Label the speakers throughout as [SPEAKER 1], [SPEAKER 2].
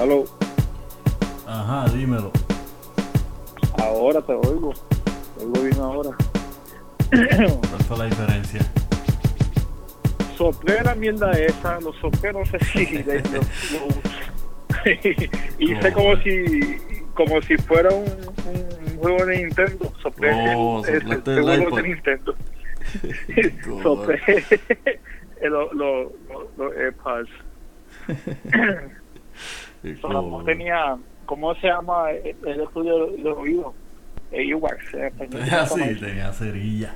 [SPEAKER 1] Aló.
[SPEAKER 2] Ajá, dímelo.
[SPEAKER 1] Ahora te oigo. Te oigo bien ahora.
[SPEAKER 2] ¿Cuál fue la diferencia?
[SPEAKER 1] Soplé la mierda esa, lo soplé, no sé si. de- lo- lo- Hice como si como si fuera un, un juego de Nintendo. Soplé
[SPEAKER 2] Oh,
[SPEAKER 1] el, el,
[SPEAKER 2] soplaste
[SPEAKER 1] el
[SPEAKER 2] el
[SPEAKER 1] juego
[SPEAKER 2] iPod.
[SPEAKER 1] de Nintendo.
[SPEAKER 2] Cool.
[SPEAKER 1] soplé eh, lo- lo- lo- eh, los AirPods.
[SPEAKER 2] Qué
[SPEAKER 1] So, la
[SPEAKER 2] cool.
[SPEAKER 1] voz tenía, ¿cómo se llama el el estudio de los oídos? Earwax, en español.
[SPEAKER 2] Tenía así, Ah, tenía cerilla.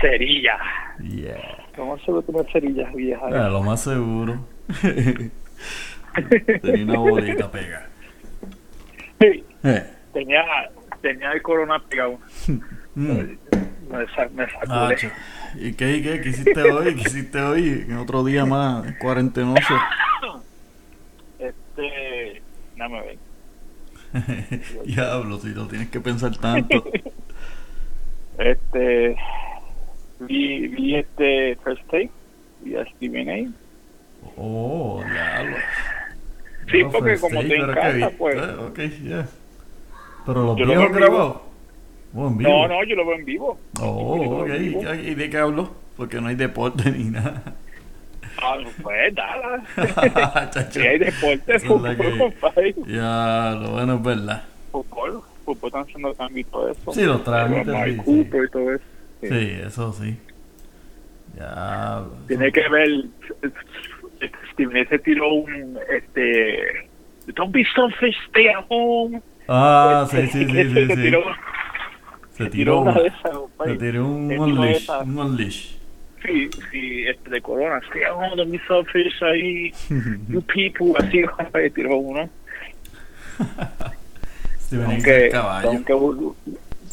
[SPEAKER 1] Cerilla.
[SPEAKER 2] Yeah.
[SPEAKER 1] ¿Cómo se ve una cerilla vieja?
[SPEAKER 2] Ah, lo más seguro. tenía una bolita pega.
[SPEAKER 1] Sí,
[SPEAKER 2] Eh.
[SPEAKER 1] tenía, tenía el corona pegado.
[SPEAKER 2] Mm.
[SPEAKER 1] Me, sa- me sacudé.
[SPEAKER 2] Acho. ¿Y qué, y qué? ¿Qué hiciste hoy? ¿Qué hiciste hoy? En otro día más cuarentenoso.
[SPEAKER 1] Este. No me ven.
[SPEAKER 2] Diablo, si lo tienes que pensar tanto.
[SPEAKER 1] Este. Vi, vi este First Take. Vi a Steven A.
[SPEAKER 2] Oh, diablo.
[SPEAKER 1] Sí,
[SPEAKER 2] No,
[SPEAKER 1] porque
[SPEAKER 2] first
[SPEAKER 1] como
[SPEAKER 2] take,
[SPEAKER 1] te
[SPEAKER 2] pero es que
[SPEAKER 1] encanta,
[SPEAKER 2] vi-
[SPEAKER 1] pues.
[SPEAKER 2] eh, ok, yeah. Pero los
[SPEAKER 1] Yo lo veo
[SPEAKER 2] viejos
[SPEAKER 1] en vivo.
[SPEAKER 2] grabados. Oh, en vivo.
[SPEAKER 1] No, no, yo lo veo en vivo. Yo
[SPEAKER 2] Oh,
[SPEAKER 1] lo
[SPEAKER 2] ok.
[SPEAKER 1] veo en vivo.
[SPEAKER 2] ¿Y de qué hablo? Porque no hay deporte ni nada.
[SPEAKER 1] Ah, pues, dala.
[SPEAKER 2] Chacho.
[SPEAKER 1] Si hay deporte,
[SPEAKER 2] Esa es la
[SPEAKER 1] fútbol,
[SPEAKER 2] que-
[SPEAKER 1] compadre.
[SPEAKER 2] Ya, lo bueno es verdad.
[SPEAKER 1] Fútbol. Fútbol están haciendo cambios y todo eso.
[SPEAKER 2] Sí, los trámites,
[SPEAKER 1] Mike
[SPEAKER 2] sí, sí.
[SPEAKER 1] Cooper y todo eso.
[SPEAKER 2] Sí, eso sí. Ya. eso-
[SPEAKER 1] Tiene que ver. Steven se tiró un. Este. Don't be selfish, stay at home.
[SPEAKER 2] Ah, sí, sí, sí, sí.
[SPEAKER 1] se
[SPEAKER 2] sí.
[SPEAKER 1] tiró,
[SPEAKER 2] Se
[SPEAKER 1] tiró
[SPEAKER 2] tiró
[SPEAKER 1] una
[SPEAKER 2] una.
[SPEAKER 1] de esas, compadre.
[SPEAKER 2] Se tiró un
[SPEAKER 1] Se tiró
[SPEAKER 2] unleash.
[SPEAKER 1] esa.
[SPEAKER 2] Un unleash.
[SPEAKER 1] Sí, sí, este de Corona. Stay at home, don't be selfish ahí. You people, así, compadre, tiró uno.
[SPEAKER 2] Steven
[SPEAKER 1] Tengo
[SPEAKER 2] Hicks
[SPEAKER 1] que,
[SPEAKER 2] el Este caballo.
[SPEAKER 1] tengo que, bu-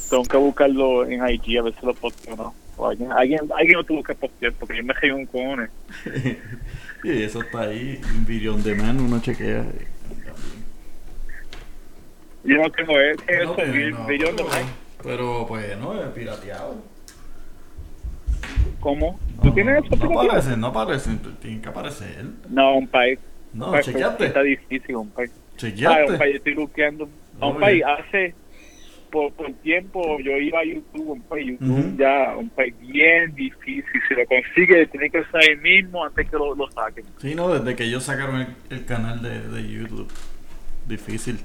[SPEAKER 1] tengo que buscarlo en IG a ver si lo posteo o no. O alguien, alguien, alguien lo tuvo que postear porque yo me reí un cojones.
[SPEAKER 2] y eso está ahí. Un video on demand, uno chequea.
[SPEAKER 1] Yo no tengo e- eso,
[SPEAKER 2] No, eh,
[SPEAKER 1] vi-
[SPEAKER 2] no,
[SPEAKER 1] vi yo lo-
[SPEAKER 2] Pero pues no, es pirateado.
[SPEAKER 1] ¿Cómo? ¿Tú
[SPEAKER 2] No,
[SPEAKER 1] tienes eso? ¿Tú
[SPEAKER 2] no, no
[SPEAKER 1] lo tienes?
[SPEAKER 2] aparecen, no aparecen, t- tienen que aparecer.
[SPEAKER 1] No, un país.
[SPEAKER 2] No,
[SPEAKER 1] Pues, Está
[SPEAKER 2] chequeaste,
[SPEAKER 1] difícil, un país. Ah, un
[SPEAKER 2] chequeaste.
[SPEAKER 1] país, yo estoy buscando.
[SPEAKER 2] pues. Muy
[SPEAKER 1] Un país,
[SPEAKER 2] bien.
[SPEAKER 1] hace por, por tiempo yo iba a YouTube, un país, YouTube
[SPEAKER 2] Ujú.
[SPEAKER 1] ya, un país bien difícil. Si lo consigue, tiene que usar el mismo antes que lo, lo saquen.
[SPEAKER 2] Sí, no, desde que ellos sacaron el, el canal de, de YouTube. Difícil.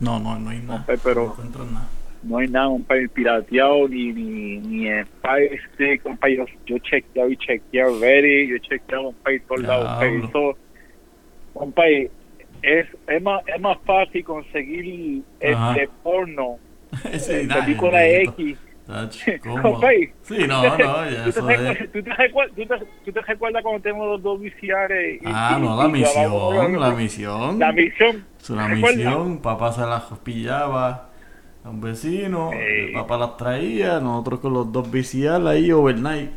[SPEAKER 2] No, no, no hay nada.
[SPEAKER 1] Pe- pero-
[SPEAKER 2] No pues. encuentran nada.
[SPEAKER 1] No hay nada, un país pirateado, ni, ni, ni en país, sí, un país. Yo, yo chequeado y chequeado Reddit, yo chequeado un país por lados, un país.
[SPEAKER 2] Diablo.
[SPEAKER 1] todo. Un país, es, es, más, es más fácil conseguir
[SPEAKER 2] Ajá.
[SPEAKER 1] este porno,
[SPEAKER 2] Ese
[SPEAKER 1] eh,
[SPEAKER 2] nada,
[SPEAKER 1] película
[SPEAKER 2] bendito.
[SPEAKER 1] X.
[SPEAKER 2] Está ch- cómodo.
[SPEAKER 1] Compay,
[SPEAKER 2] Sí, no, no,
[SPEAKER 1] ¿tú
[SPEAKER 2] ya
[SPEAKER 1] te
[SPEAKER 2] eso es.
[SPEAKER 1] recuer- ¿Tú te recuer- tú te- tú te recuerdas cuando tenemos los dos VCR? y-
[SPEAKER 2] Ah,
[SPEAKER 1] y-
[SPEAKER 2] no,
[SPEAKER 1] y
[SPEAKER 2] la
[SPEAKER 1] grabamos
[SPEAKER 2] misión, la
[SPEAKER 1] la-
[SPEAKER 2] misión.
[SPEAKER 1] La misión.
[SPEAKER 2] Es una
[SPEAKER 1] ¿te acuerdas?
[SPEAKER 2] misión, papá se las pillaba a un vecino,
[SPEAKER 1] Ey.
[SPEAKER 2] el papá las traía, nosotros con los dos VCR ahí overnight,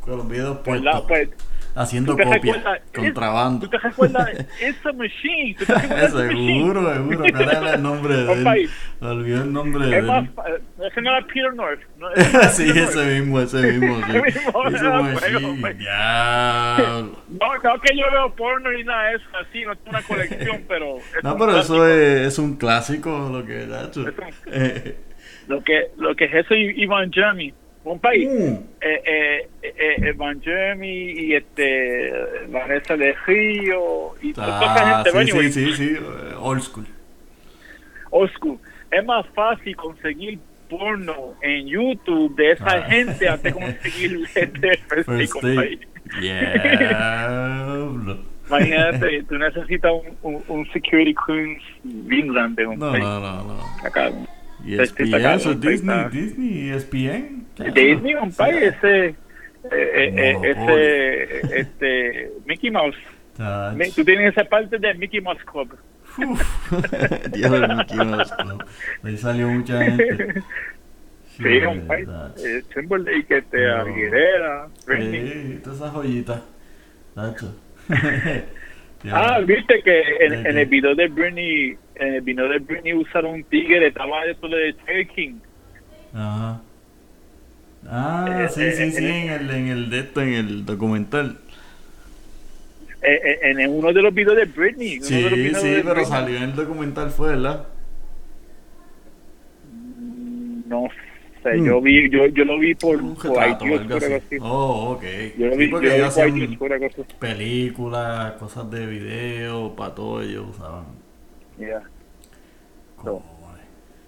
[SPEAKER 2] con los videos puestos,
[SPEAKER 1] ¿Verdad? Pues,
[SPEAKER 2] haciendo
[SPEAKER 1] ¿tú te
[SPEAKER 2] copias,
[SPEAKER 1] recuerdas?
[SPEAKER 2] contrabando.
[SPEAKER 1] ¿Tú te recuerdas? Esa machine. ¿Tú te recuerdas esa machine?
[SPEAKER 2] seguro, seguro, ¿cuál era el nombre de
[SPEAKER 1] Compa,
[SPEAKER 2] él? Olvidé el nombre de
[SPEAKER 1] Es más,
[SPEAKER 2] él.
[SPEAKER 1] eh, ese no era Peter North. No,
[SPEAKER 2] sí,
[SPEAKER 1] Peter
[SPEAKER 2] ese
[SPEAKER 1] North.
[SPEAKER 2] mismo, ese mismo, sí.
[SPEAKER 1] Ese mismo,
[SPEAKER 2] Ese
[SPEAKER 1] era
[SPEAKER 2] mismo,
[SPEAKER 1] bueno,
[SPEAKER 2] sí,
[SPEAKER 1] pues.
[SPEAKER 2] diablo.
[SPEAKER 1] No, no que yo veo porno ni nada de eso, así, no es una colección, pero... es
[SPEAKER 2] No,
[SPEAKER 1] un
[SPEAKER 2] pero eso
[SPEAKER 1] clásico.
[SPEAKER 2] es, es un clásico, lo que era hecho. Eh,
[SPEAKER 1] Lo que, lo que es eso y Ivan Jami. Un país.
[SPEAKER 2] mm.
[SPEAKER 1] eh, eh, eh, eh, Van Jeremy y este Vanessa de Río y toda esa
[SPEAKER 2] Ah,
[SPEAKER 1] gente,
[SPEAKER 2] sí,
[SPEAKER 1] anyway,
[SPEAKER 2] sí, sí, sí, eh, old school.
[SPEAKER 1] Oscu, es más fácil conseguir porno en YouTube de esa
[SPEAKER 2] Ah. Pues
[SPEAKER 1] gente antes de conseguir este First Take,
[SPEAKER 2] First
[SPEAKER 1] compadre.
[SPEAKER 2] date. Diablo.
[SPEAKER 1] Imagínate, tú necesitas un, un, un security clearance bien grande,
[SPEAKER 2] No,
[SPEAKER 1] compadre.
[SPEAKER 2] no, no, E no.
[SPEAKER 1] Acá.
[SPEAKER 2] ESPN,
[SPEAKER 1] Está
[SPEAKER 2] eso es
[SPEAKER 1] cabrón,
[SPEAKER 2] Disney,
[SPEAKER 1] está.
[SPEAKER 2] Disney, ESPN.
[SPEAKER 1] ah.
[SPEAKER 2] E
[SPEAKER 1] Disney, compadre,
[SPEAKER 2] Sí.
[SPEAKER 1] ese, eh, eh,
[SPEAKER 2] Monopolio.
[SPEAKER 1] eh, ese, este, Mickey Mouse.
[SPEAKER 2] Tach.
[SPEAKER 1] Mi- Tú tienes esa parte de Mickey Mouse Club.
[SPEAKER 2] Uf. Diablo, el Mickey Mouse Club. Ahí salió mucha gente.
[SPEAKER 1] Sí,
[SPEAKER 2] Joder,
[SPEAKER 1] compadre.
[SPEAKER 2] tach.
[SPEAKER 1] Eh, Timberlake, este,
[SPEAKER 2] No.
[SPEAKER 1] Aguilera, Britney.
[SPEAKER 2] Sí, todas esas joyitas. Tacho.
[SPEAKER 1] Ah,
[SPEAKER 2] Diablo.
[SPEAKER 1] viste que en,
[SPEAKER 2] ¿De
[SPEAKER 1] en
[SPEAKER 2] qué?
[SPEAKER 1] el video de Britney, en el video de Britney usaron un tigre, estaba eso de Tiger King.
[SPEAKER 2] Ajá. Ah,
[SPEAKER 1] Eh,
[SPEAKER 2] sí,
[SPEAKER 1] eh,
[SPEAKER 2] sí, sí, en el, en el de esto, en el documental.
[SPEAKER 1] eh, eh, en uno de los videos de Britney. uno de los
[SPEAKER 2] Sí,
[SPEAKER 1] videos de
[SPEAKER 2] sí, pero
[SPEAKER 1] Britney.
[SPEAKER 2] salió en el documental, fue, ¿verdad?
[SPEAKER 1] No sé, yo vi, yo, yo lo vi por,
[SPEAKER 2] Mm. Un
[SPEAKER 1] por
[SPEAKER 2] retrato o
[SPEAKER 1] iTunes,
[SPEAKER 2] algo
[SPEAKER 1] por algo
[SPEAKER 2] así.
[SPEAKER 1] así.
[SPEAKER 2] Oh, ok.
[SPEAKER 1] Yo lo
[SPEAKER 2] Sí,
[SPEAKER 1] vi, yo lo
[SPEAKER 2] porque
[SPEAKER 1] vi
[SPEAKER 2] ellos
[SPEAKER 1] por
[SPEAKER 2] hacían
[SPEAKER 1] iTunes, por algo así.
[SPEAKER 2] películas, cosas de video, para todo ellos usaban.
[SPEAKER 1] Ya.
[SPEAKER 2] Como,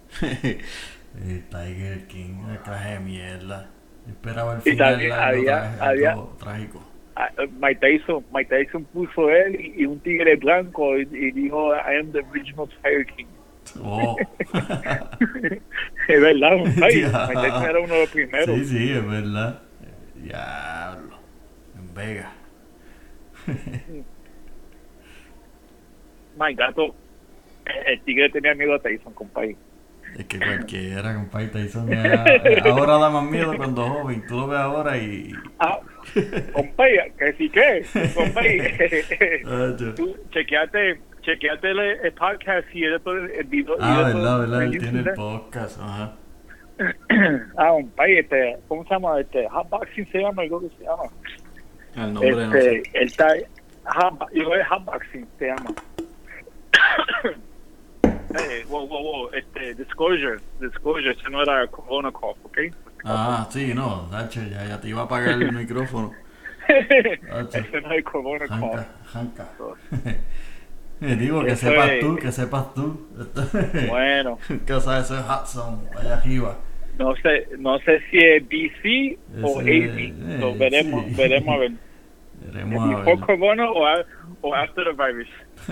[SPEAKER 2] el Tiger King, el traje de mierda. Yo esperaba el
[SPEAKER 1] Y
[SPEAKER 2] final,
[SPEAKER 1] también
[SPEAKER 2] la- lo
[SPEAKER 1] había-
[SPEAKER 2] traje-
[SPEAKER 1] había-
[SPEAKER 2] algo trágico.
[SPEAKER 1] Ah, eh, Mike Tyson, Mike Tyson puso él y, y un tigre blanco y, y dijo, I am the original Tiger King.
[SPEAKER 2] Oh.
[SPEAKER 1] es verdad, Mike Tyson,
[SPEAKER 2] Ya.
[SPEAKER 1] Mike Tyson era uno de los primeros.
[SPEAKER 2] Sí, sí, es verdad. Eh, Diablo. En Vega.
[SPEAKER 1] My gato, el, el tigre tenía miedo a Tyson, compadre.
[SPEAKER 2] Es que cualquiera, compadre, Tyson era- ahora da más miedo cuando joven. Tú lo ves ahora y.
[SPEAKER 1] Ah, compadre, que sí que, compadre.
[SPEAKER 2] Ah, yo-
[SPEAKER 1] Tú chequeate, chequeate el, el podcast y el, otro- el video. y
[SPEAKER 2] Ah,
[SPEAKER 1] el otro-
[SPEAKER 2] verdad, verdad, él
[SPEAKER 1] el-
[SPEAKER 2] tiene el podcast, ajá.
[SPEAKER 1] Ah, un país, este, ¿cómo se llama? Este, Hotboxing se llama, algo que se llama.
[SPEAKER 2] El nombre no
[SPEAKER 1] Este,
[SPEAKER 2] sé.
[SPEAKER 1] él está, hot- yo creo que Hotboxing se llama. Eh, wow, wow, wow, este, disclosure, disclosure, eso no era Corona Cough, ¿ok?
[SPEAKER 2] Ah, sí, no, Nacho, ya, ya te iba a apagar el micrófono. Nacho,
[SPEAKER 1] Ese no es Corona Cough.
[SPEAKER 2] Janca, Janca. Eh, Digo, que
[SPEAKER 1] Eso
[SPEAKER 2] sepas
[SPEAKER 1] Oh. es-
[SPEAKER 2] tú, que sepas tú.
[SPEAKER 1] Bueno,
[SPEAKER 2] que sabes, eso es Hudson, allá arriba.
[SPEAKER 1] no sé, no sé si es BC o
[SPEAKER 2] Ese-
[SPEAKER 1] AC, so,
[SPEAKER 2] eh,
[SPEAKER 1] veremos,
[SPEAKER 2] sí.
[SPEAKER 1] veremos a ver.
[SPEAKER 2] Veremos a
[SPEAKER 1] ¿Before
[SPEAKER 2] ver.
[SPEAKER 1] Corona o, a- o after the virus?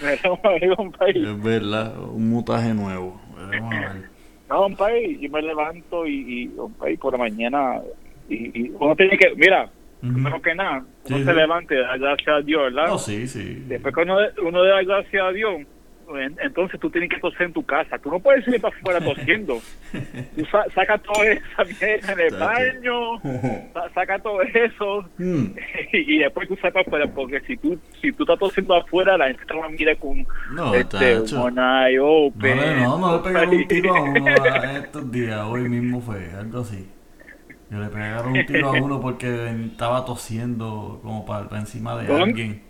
[SPEAKER 1] veremos a ver, compadre.
[SPEAKER 2] es verdad, un mutaje nuevo. Veremos a ver.
[SPEAKER 1] No, compadre, yo me levanto y, y compadre, por la mañana. Y, y uno tiene que, mira,
[SPEAKER 2] Ujú.
[SPEAKER 1] primero que nada, uno
[SPEAKER 2] Mm. Sí,
[SPEAKER 1] se
[SPEAKER 2] sí.
[SPEAKER 1] levanta y da gracias a Dios, ¿verdad?
[SPEAKER 2] No, sí, sí.
[SPEAKER 1] Después que uno, uno da gracias a Dios, en- entonces tú tienes que toser en tu casa. Tú no puedes ir para afuera tosiendo. Tú sa- saca toda esa mierda en el
[SPEAKER 2] Tacho.
[SPEAKER 1] baño, sa- saca todo eso.
[SPEAKER 2] Mm,
[SPEAKER 1] y después tú sacas afuera, porque si tú, si tú estás tosiendo afuera, la gente te va a mirar con
[SPEAKER 2] No,
[SPEAKER 1] este,
[SPEAKER 2] tacho.
[SPEAKER 1] one eye
[SPEAKER 2] Oh, No,
[SPEAKER 1] open.
[SPEAKER 2] le- no, no le pegaron un tiro a uno a- estos días, hoy mismo fue, algo así. Que le pegaron un tiro a uno porque estaba tosiendo como para, encima de
[SPEAKER 1] ¿Dónde?
[SPEAKER 2] alguien.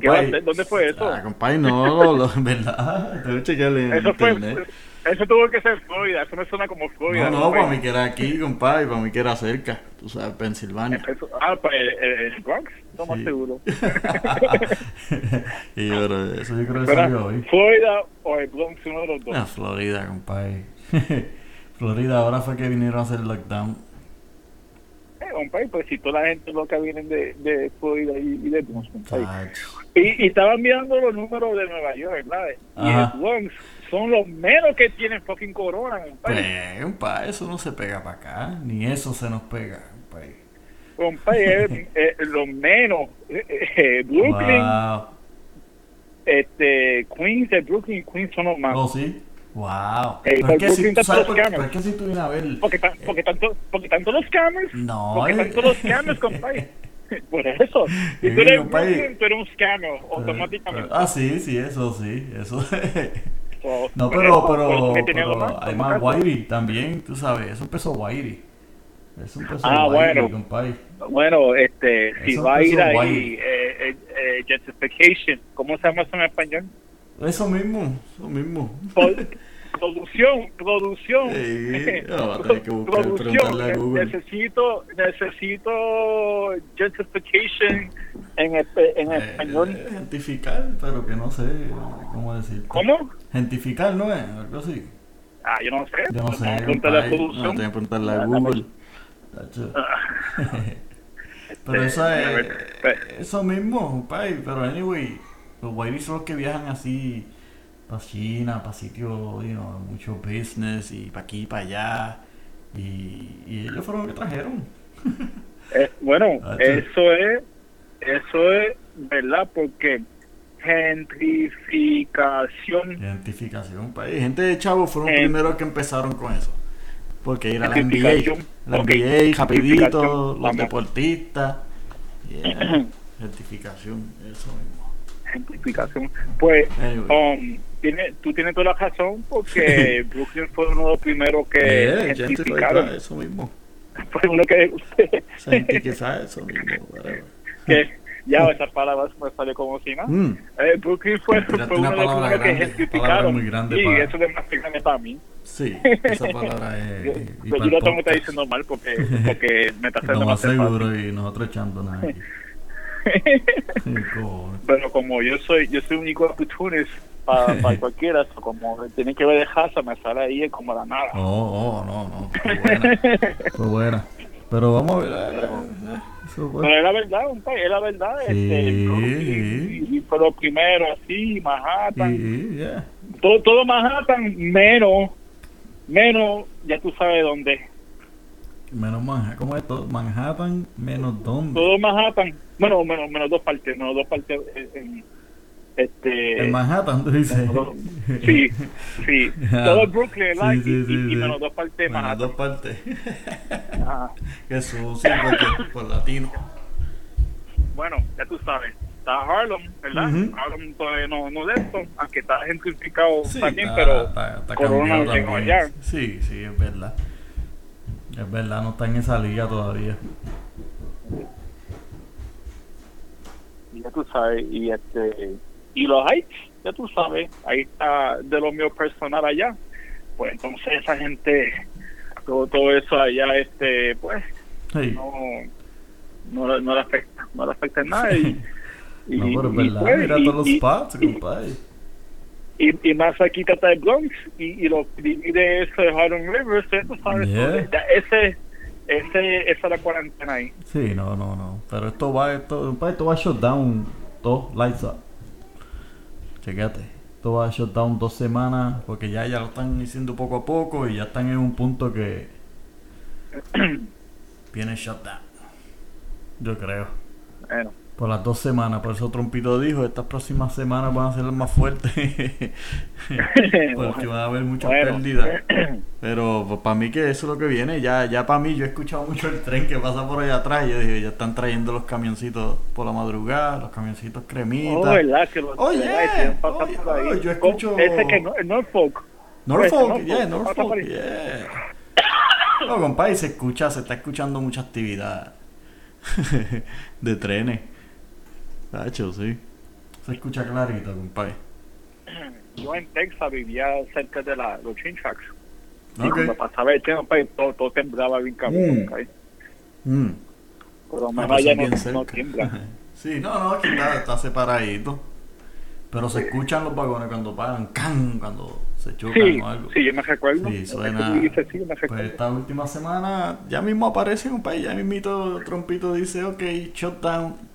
[SPEAKER 1] ¿Qué va a
[SPEAKER 2] Compadre,
[SPEAKER 1] hacer? ¿Dónde fue eso?
[SPEAKER 2] Ah, compadre, no, lo, lo- en verdad. Tengo que chequearle en
[SPEAKER 1] Eso fue,
[SPEAKER 2] internet.
[SPEAKER 1] eso tuvo que ser Florida, eso me suena como Florida.
[SPEAKER 2] no, no, para
[SPEAKER 1] compadre.
[SPEAKER 2] mí que era aquí, compadre, para mí que era cerca. Tú sabes, Pensilvania.
[SPEAKER 1] Eso- ah, para el, el- el Bronx, no más
[SPEAKER 2] Sí.
[SPEAKER 1] seguro.
[SPEAKER 2] y yo, creo- eso yo creo que
[SPEAKER 1] Pero
[SPEAKER 2] salió hoy.
[SPEAKER 1] Florida o el Bronx, uno de los dos.
[SPEAKER 2] Ah, Florida, compadre. Florida, ahora fue que vinieron a hacer lockdown.
[SPEAKER 1] Eh, compadre, pues si toda la gente loca vienen de, de Florida y, y de Bronx, compadre.
[SPEAKER 2] Tacho.
[SPEAKER 1] Y, y estaban mirando los números de Nueva York, ¿verdad? Y
[SPEAKER 2] Ajá.
[SPEAKER 1] el Bronx son los menos que tienen fucking corona, compadre.
[SPEAKER 2] Pues, compadre, eso no se pega para acá, ni eso se nos pega, pues. compadre.
[SPEAKER 1] Compadre, eh, eh, los menos. Eh, eh, Brooklyn,
[SPEAKER 2] Wow.
[SPEAKER 1] este, Queens, de Brooklyn, Queens son los más.
[SPEAKER 2] Oh, sí. Wow.
[SPEAKER 1] Eh,
[SPEAKER 2] Pero es que
[SPEAKER 1] Brooklyn
[SPEAKER 2] si,
[SPEAKER 1] está todos
[SPEAKER 2] ¿sabes por qué?
[SPEAKER 1] caros.
[SPEAKER 2] Pero es que si tú vienes a ver.
[SPEAKER 1] Porque, tan- porque, tanto, porque tanto los scammers.
[SPEAKER 2] No,
[SPEAKER 1] Porque
[SPEAKER 2] eh.
[SPEAKER 1] tanto los scammers, compadre. Por eso. Si tú
[SPEAKER 2] Sí,
[SPEAKER 1] eres
[SPEAKER 2] compadre. Eh,
[SPEAKER 1] Brooklyn, tú eres un scammer
[SPEAKER 2] Pero-
[SPEAKER 1] automáticamente.
[SPEAKER 2] Ah, sí, sí, eso sí, eso.
[SPEAKER 1] So,
[SPEAKER 2] eh, no,
[SPEAKER 1] por
[SPEAKER 2] pero,
[SPEAKER 1] eso- por eso
[SPEAKER 2] pero,
[SPEAKER 1] que tiene
[SPEAKER 2] pero
[SPEAKER 1] los más,
[SPEAKER 2] hay
[SPEAKER 1] los
[SPEAKER 2] más
[SPEAKER 1] caros.
[SPEAKER 2] Whitey también, tú sabes, eso empezó Whitey. Eso empezó
[SPEAKER 1] Ah,
[SPEAKER 2] Whitey,
[SPEAKER 1] bueno.
[SPEAKER 2] compadre.
[SPEAKER 1] Bueno, este, si
[SPEAKER 2] Eso
[SPEAKER 1] va a ir
[SPEAKER 2] empezó
[SPEAKER 1] ahí,
[SPEAKER 2] guay.
[SPEAKER 1] eh, eh, eh, justification, ¿cómo se llama eso en español?
[SPEAKER 2] Eso mismo, eso mismo.
[SPEAKER 1] Pro- producción, producción.
[SPEAKER 2] Sí, ahora tengo que buscar,
[SPEAKER 1] Producción,
[SPEAKER 2] preguntarle a
[SPEAKER 1] ne-
[SPEAKER 2] Google.
[SPEAKER 1] Necesito, necesito justification en, espe- en
[SPEAKER 2] Eh,
[SPEAKER 1] español.
[SPEAKER 2] eh, Gentificar, pero que no sé cómo decir.
[SPEAKER 1] ¿Cómo?
[SPEAKER 2] Gentificar, ¿no es? Algo así.
[SPEAKER 1] Ah, yo no sé.
[SPEAKER 2] Yo no
[SPEAKER 1] Vamos
[SPEAKER 2] sé.
[SPEAKER 1] a preguntarle a
[SPEAKER 2] compadre. No,
[SPEAKER 1] producción.
[SPEAKER 2] tengo que preguntarle a
[SPEAKER 1] Ah,
[SPEAKER 2] Google. Tacho. pero eso
[SPEAKER 1] Eh, a
[SPEAKER 2] es.
[SPEAKER 1] ver, eh.
[SPEAKER 2] Eso mismo, pay. Pero anyway, los whiteys son los que viajan así. Para China, para sitios, you know, mucho business y para aquí, para allá. Y, y ellos fueron los que trajeron.
[SPEAKER 1] Eh, bueno,
[SPEAKER 2] Ah, sí.
[SPEAKER 1] eso es, eso es verdad, porque gentrificación.
[SPEAKER 2] Identificación, país. Gente de Chavo fueron los
[SPEAKER 1] Eh.
[SPEAKER 2] primeros que empezaron con eso. Porque ir a la NBA,
[SPEAKER 1] Identificación.
[SPEAKER 2] la
[SPEAKER 1] Ok.
[SPEAKER 2] NBA, rapidito,
[SPEAKER 1] Identificación.
[SPEAKER 2] los
[SPEAKER 1] Vamos.
[SPEAKER 2] deportistas. Yeah. Identificación, eso mismo.
[SPEAKER 1] Gentrificación. Pues,
[SPEAKER 2] Anyway.
[SPEAKER 1] um, tiene, tú tienes toda la razón, porque Brooklyn fue uno de los primeros que
[SPEAKER 2] Eh, gente que
[SPEAKER 1] gentrificaron.
[SPEAKER 2] eso mismo.
[SPEAKER 1] Fue Pues uno que,
[SPEAKER 2] Esa gente que sabe eso mismo. whatever.
[SPEAKER 1] que, Ya, esa palabra me salió como si nada.
[SPEAKER 2] Mm.
[SPEAKER 1] Eh, Brooklyn fue, fue
[SPEAKER 2] Tiraste
[SPEAKER 1] uno
[SPEAKER 2] una
[SPEAKER 1] de los
[SPEAKER 2] palabra
[SPEAKER 1] primeros que
[SPEAKER 2] grande, palabra
[SPEAKER 1] gentrificaron.
[SPEAKER 2] muy grande
[SPEAKER 1] y
[SPEAKER 2] para-
[SPEAKER 1] eso es demasiado grande para mí.
[SPEAKER 2] Sí, esa palabra es.
[SPEAKER 1] Yo,
[SPEAKER 2] y
[SPEAKER 1] yo
[SPEAKER 2] para el
[SPEAKER 1] no tengo que estar
[SPEAKER 2] podcast,
[SPEAKER 1] diciendo mal porque, porque me está
[SPEAKER 2] Lo
[SPEAKER 1] haciendo
[SPEAKER 2] más
[SPEAKER 1] más fácil.
[SPEAKER 2] seguro y nosotros echándonos aquí. Sí, cojones.
[SPEAKER 1] Pero como yo soy yo soy un igual para cualquiera, so como tiene que ver de Haza, me sale ahí como la nada.
[SPEAKER 2] Oh, oh, no, no. Fue buena. Fue buena. Pero vamos a ver. eh, Eso
[SPEAKER 1] Pero
[SPEAKER 2] fue.
[SPEAKER 1] era verdad, compa, era verdad.
[SPEAKER 2] Sí.
[SPEAKER 1] Este, Brooklyn, y- y fue lo primero, así,
[SPEAKER 2] Y,
[SPEAKER 1] Manhattan.
[SPEAKER 2] y, yeah.
[SPEAKER 1] Todo, todo Manhattan, menos, menos, ya tú sabes dónde.
[SPEAKER 2] Menos Manhattan. ¿Cómo es todo? Manhattan menos dónde.
[SPEAKER 1] Todo Manhattan, bueno, menos, menos dos partes, menos dos partes. eh, en- este,
[SPEAKER 2] En Manhattan, tú dices.
[SPEAKER 1] todo- sí, sí.
[SPEAKER 2] Ah.
[SPEAKER 1] Todo Brooklyn, ¿verdad?
[SPEAKER 2] Sí, sí,
[SPEAKER 1] Y- y-
[SPEAKER 2] sí,
[SPEAKER 1] y,
[SPEAKER 2] sí.
[SPEAKER 1] menos dos partes de
[SPEAKER 2] Menos
[SPEAKER 1] Manhattan.
[SPEAKER 2] dos partes.
[SPEAKER 1] Ajá.
[SPEAKER 2] que sucio, porque por latino.
[SPEAKER 1] Bueno, ya tú sabes. Está Harlem, ¿verdad?
[SPEAKER 2] Ujú.
[SPEAKER 1] Harlem todavía no, no de esto, aunque está gentrificado
[SPEAKER 2] Sí,
[SPEAKER 1] también,
[SPEAKER 2] está-
[SPEAKER 1] pero
[SPEAKER 2] está- está
[SPEAKER 1] Corona
[SPEAKER 2] cambiado
[SPEAKER 1] lo tengo
[SPEAKER 2] también.
[SPEAKER 1] allá.
[SPEAKER 2] Sí, sí, es verdad. Es verdad, no está en esa liga todavía.
[SPEAKER 1] y ya tú sabes, y este y los Heights, ya tú sabes, ahí está de lo mío personal allá. Pues entonces esa gente, todo, todo eso allá, este, pues,
[SPEAKER 2] Sí.
[SPEAKER 1] no, no, no le afecta, no le afecta en nada. Y, y-
[SPEAKER 2] no, pero es
[SPEAKER 1] y,
[SPEAKER 2] verdad.
[SPEAKER 1] pues,
[SPEAKER 2] Mira
[SPEAKER 1] y-
[SPEAKER 2] todos los
[SPEAKER 1] y-
[SPEAKER 2] spots,
[SPEAKER 1] y-
[SPEAKER 2] compadre.
[SPEAKER 1] y, y más aquí que está el Bronx y, y lo que divide eso de Harlem River, eso tú sabes,
[SPEAKER 2] Yeah.
[SPEAKER 1] ya ese, ese, esa es la cuarentena ahí.
[SPEAKER 2] Sí, no, no, no. Pero esto va, esto, compadre, esto va a shutdown dos lights up. Chequete. Esto va a shutdown dos semanas porque ya, ya lo están haciendo poco a poco y ya están en un punto que viene shutdown. Yo creo.
[SPEAKER 1] Bueno,
[SPEAKER 2] Por las dos semanas, por eso Trompito dijo, estas próximas semanas van a ser las más fuertes. Porque van a haber muchas
[SPEAKER 1] Bueno. eh,
[SPEAKER 2] pérdidas. Pero para mí que eso es lo que viene. Ya ya para mí, yo he escuchado mucho el tren que pasa por allá atrás. y Yo dije, ya están trayendo los camioncitos por la madrugada, los camioncitos
[SPEAKER 1] oh,
[SPEAKER 2] cremitas.
[SPEAKER 1] verdad que los
[SPEAKER 2] Oye,
[SPEAKER 1] Ay, tío, pasa
[SPEAKER 2] oye,
[SPEAKER 1] por ahí.
[SPEAKER 2] oye, yo
[SPEAKER 1] Con-
[SPEAKER 2] escucho-
[SPEAKER 1] Ese que no, el Norfolk.
[SPEAKER 2] Norfolk,
[SPEAKER 1] Norfolk,
[SPEAKER 2] yeah,
[SPEAKER 1] Norfolk,
[SPEAKER 2] Norfolk,
[SPEAKER 1] Norfolk.
[SPEAKER 2] yeah. No, compadre, se escucha, se está escuchando mucha actividad de trenes. Tacho, sí. Se escucha clarito, compadre.
[SPEAKER 1] Yo en Texas vivía cerca de la, los Chin Tracks. Y
[SPEAKER 2] Ok.
[SPEAKER 1] cuando pasaba el tiempo, pues, todo, todo temblaba bien cabrón.
[SPEAKER 2] Mm.
[SPEAKER 1] ¿sabes?
[SPEAKER 2] Mm.
[SPEAKER 1] Por lo
[SPEAKER 2] Ah,
[SPEAKER 1] menos
[SPEAKER 2] pues
[SPEAKER 1] allá
[SPEAKER 2] son
[SPEAKER 1] no,
[SPEAKER 2] bien cerca.
[SPEAKER 1] no tiembla.
[SPEAKER 2] sí, no, no, aquí está, está separadito. Pero se escuchan los vagones cuando paran, can, cuando se chocan
[SPEAKER 1] Sí,
[SPEAKER 2] o algo.
[SPEAKER 1] sí, yo me recuerdo.
[SPEAKER 2] Sí,
[SPEAKER 1] Eso que
[SPEAKER 2] suena.
[SPEAKER 1] tú dices, sí, me
[SPEAKER 2] Pues
[SPEAKER 1] recuerdo.
[SPEAKER 2] esta última semana ya mismo aparece un país, ya mismito Trompito dice, ok, shutdown.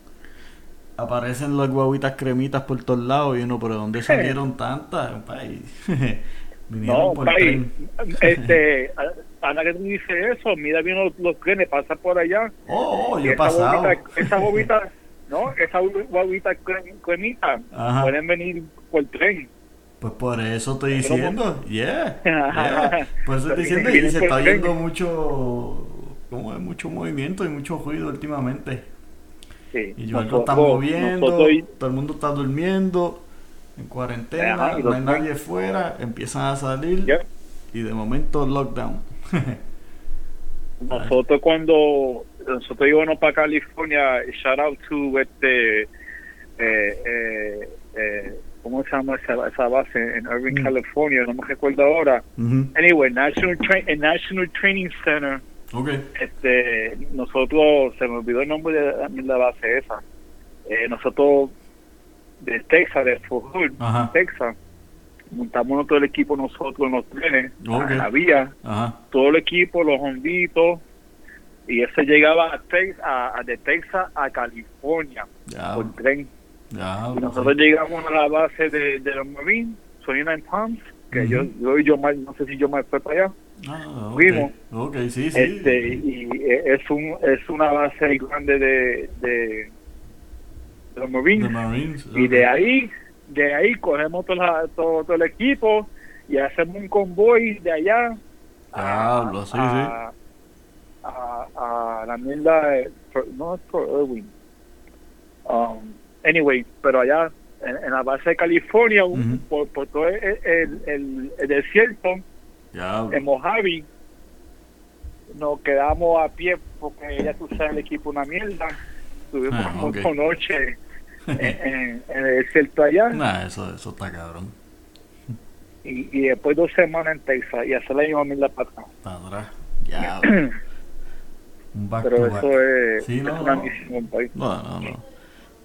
[SPEAKER 2] Aparecen las guaguitas cremitas por todos lados y uno, pero ¿dónde salieron tantas? Un país. Vinieron
[SPEAKER 1] No,
[SPEAKER 2] por
[SPEAKER 1] país,
[SPEAKER 2] tren.
[SPEAKER 1] este, a- Ana que tú dices eso, mira bien los, los trenes, pasa por allá.
[SPEAKER 2] Oh, oh,
[SPEAKER 1] y
[SPEAKER 2] yo he
[SPEAKER 1] esa
[SPEAKER 2] pasado.
[SPEAKER 1] bobita- esa bobita, no, esa bobita cremita,
[SPEAKER 2] Ajá.
[SPEAKER 1] pueden venir por tren.
[SPEAKER 2] Pues por eso estoy
[SPEAKER 1] Pero
[SPEAKER 2] diciendo, yeah, yeah. Por eso
[SPEAKER 1] Pero
[SPEAKER 2] estoy diciendo
[SPEAKER 1] viene-
[SPEAKER 2] y se
[SPEAKER 1] viene
[SPEAKER 2] está
[SPEAKER 1] por
[SPEAKER 2] oyendo
[SPEAKER 1] tren.
[SPEAKER 2] mucho, como es? mucho movimiento y mucho ruido últimamente.
[SPEAKER 1] Sí.
[SPEAKER 2] Y yo algo está
[SPEAKER 1] Nosotros-
[SPEAKER 2] moviendo,
[SPEAKER 1] nosotros y-
[SPEAKER 2] todo el mundo está durmiendo, en cuarentena,
[SPEAKER 1] Ajá, y
[SPEAKER 2] no
[SPEAKER 1] los
[SPEAKER 2] hay
[SPEAKER 1] trenes.
[SPEAKER 2] nadie fuera, empiezan a salir
[SPEAKER 1] ya,
[SPEAKER 2] y de momento lockdown.
[SPEAKER 1] nosotros cuando nosotros íbamos para California, shout out to este, eh, eh, eh, ¿cómo se llama esa, esa base en Irving,
[SPEAKER 2] Mm.
[SPEAKER 1] California? No me recuerdo ahora.
[SPEAKER 2] Ujú.
[SPEAKER 1] Anyway, National, Tra- eh, National Training Center.
[SPEAKER 2] Ok,
[SPEAKER 1] este nosotros se me olvidó el nombre de, de la base esa Eh, nosotros de Texas de Fort Hood
[SPEAKER 2] Ajá.
[SPEAKER 1] Texas montamos todo el equipo nosotros en los trenes
[SPEAKER 2] Ok.
[SPEAKER 1] en la vía
[SPEAKER 2] ajá,
[SPEAKER 1] todo el equipo los honditos y ese llegaba a, Tex- a- a- de Texas a California
[SPEAKER 2] ya,
[SPEAKER 1] por tren
[SPEAKER 2] ya.
[SPEAKER 1] y nosotros llegamos a la base de, de los Marines Solina en Palms que yo,
[SPEAKER 2] Ujú.
[SPEAKER 1] yo y yo mal- no sé si yo me fue para allá
[SPEAKER 2] Ah, ok,
[SPEAKER 1] fuimos.
[SPEAKER 2] ok, sí, sí.
[SPEAKER 1] este y e- es un es una base grande de de, de los
[SPEAKER 2] The
[SPEAKER 1] Marines
[SPEAKER 2] Marines.
[SPEAKER 1] y
[SPEAKER 2] ok.
[SPEAKER 1] de ahí de ahí cogemos todo, la- todo, todo el equipo y hacemos un convoy de allá
[SPEAKER 2] Diablo, sí, sí.
[SPEAKER 1] a, a- a la mierda de- for- no es por Irwin Um, anyway pero allá en, en la base de California
[SPEAKER 2] Ujú.
[SPEAKER 1] por, por todo el, el- el- el desierto
[SPEAKER 2] Diablo.
[SPEAKER 1] en Mojave nos quedamos a pie porque ya tú sabes el equipo una mierda estuvimos
[SPEAKER 2] Ah,
[SPEAKER 1] como
[SPEAKER 2] ok.
[SPEAKER 1] dos noches en, en- en el desierto allá
[SPEAKER 2] Nah, eso, eso está cabrón.
[SPEAKER 1] y, y después dos semanas en Texas y hacer la misma mierda para atrás.
[SPEAKER 2] Para atrás. Ya. Un back
[SPEAKER 1] Pero
[SPEAKER 2] to back.
[SPEAKER 1] eso es,
[SPEAKER 2] Ah, Sí,
[SPEAKER 1] es
[SPEAKER 2] no,
[SPEAKER 1] una
[SPEAKER 2] no.
[SPEAKER 1] misión, país.
[SPEAKER 2] No, no, no.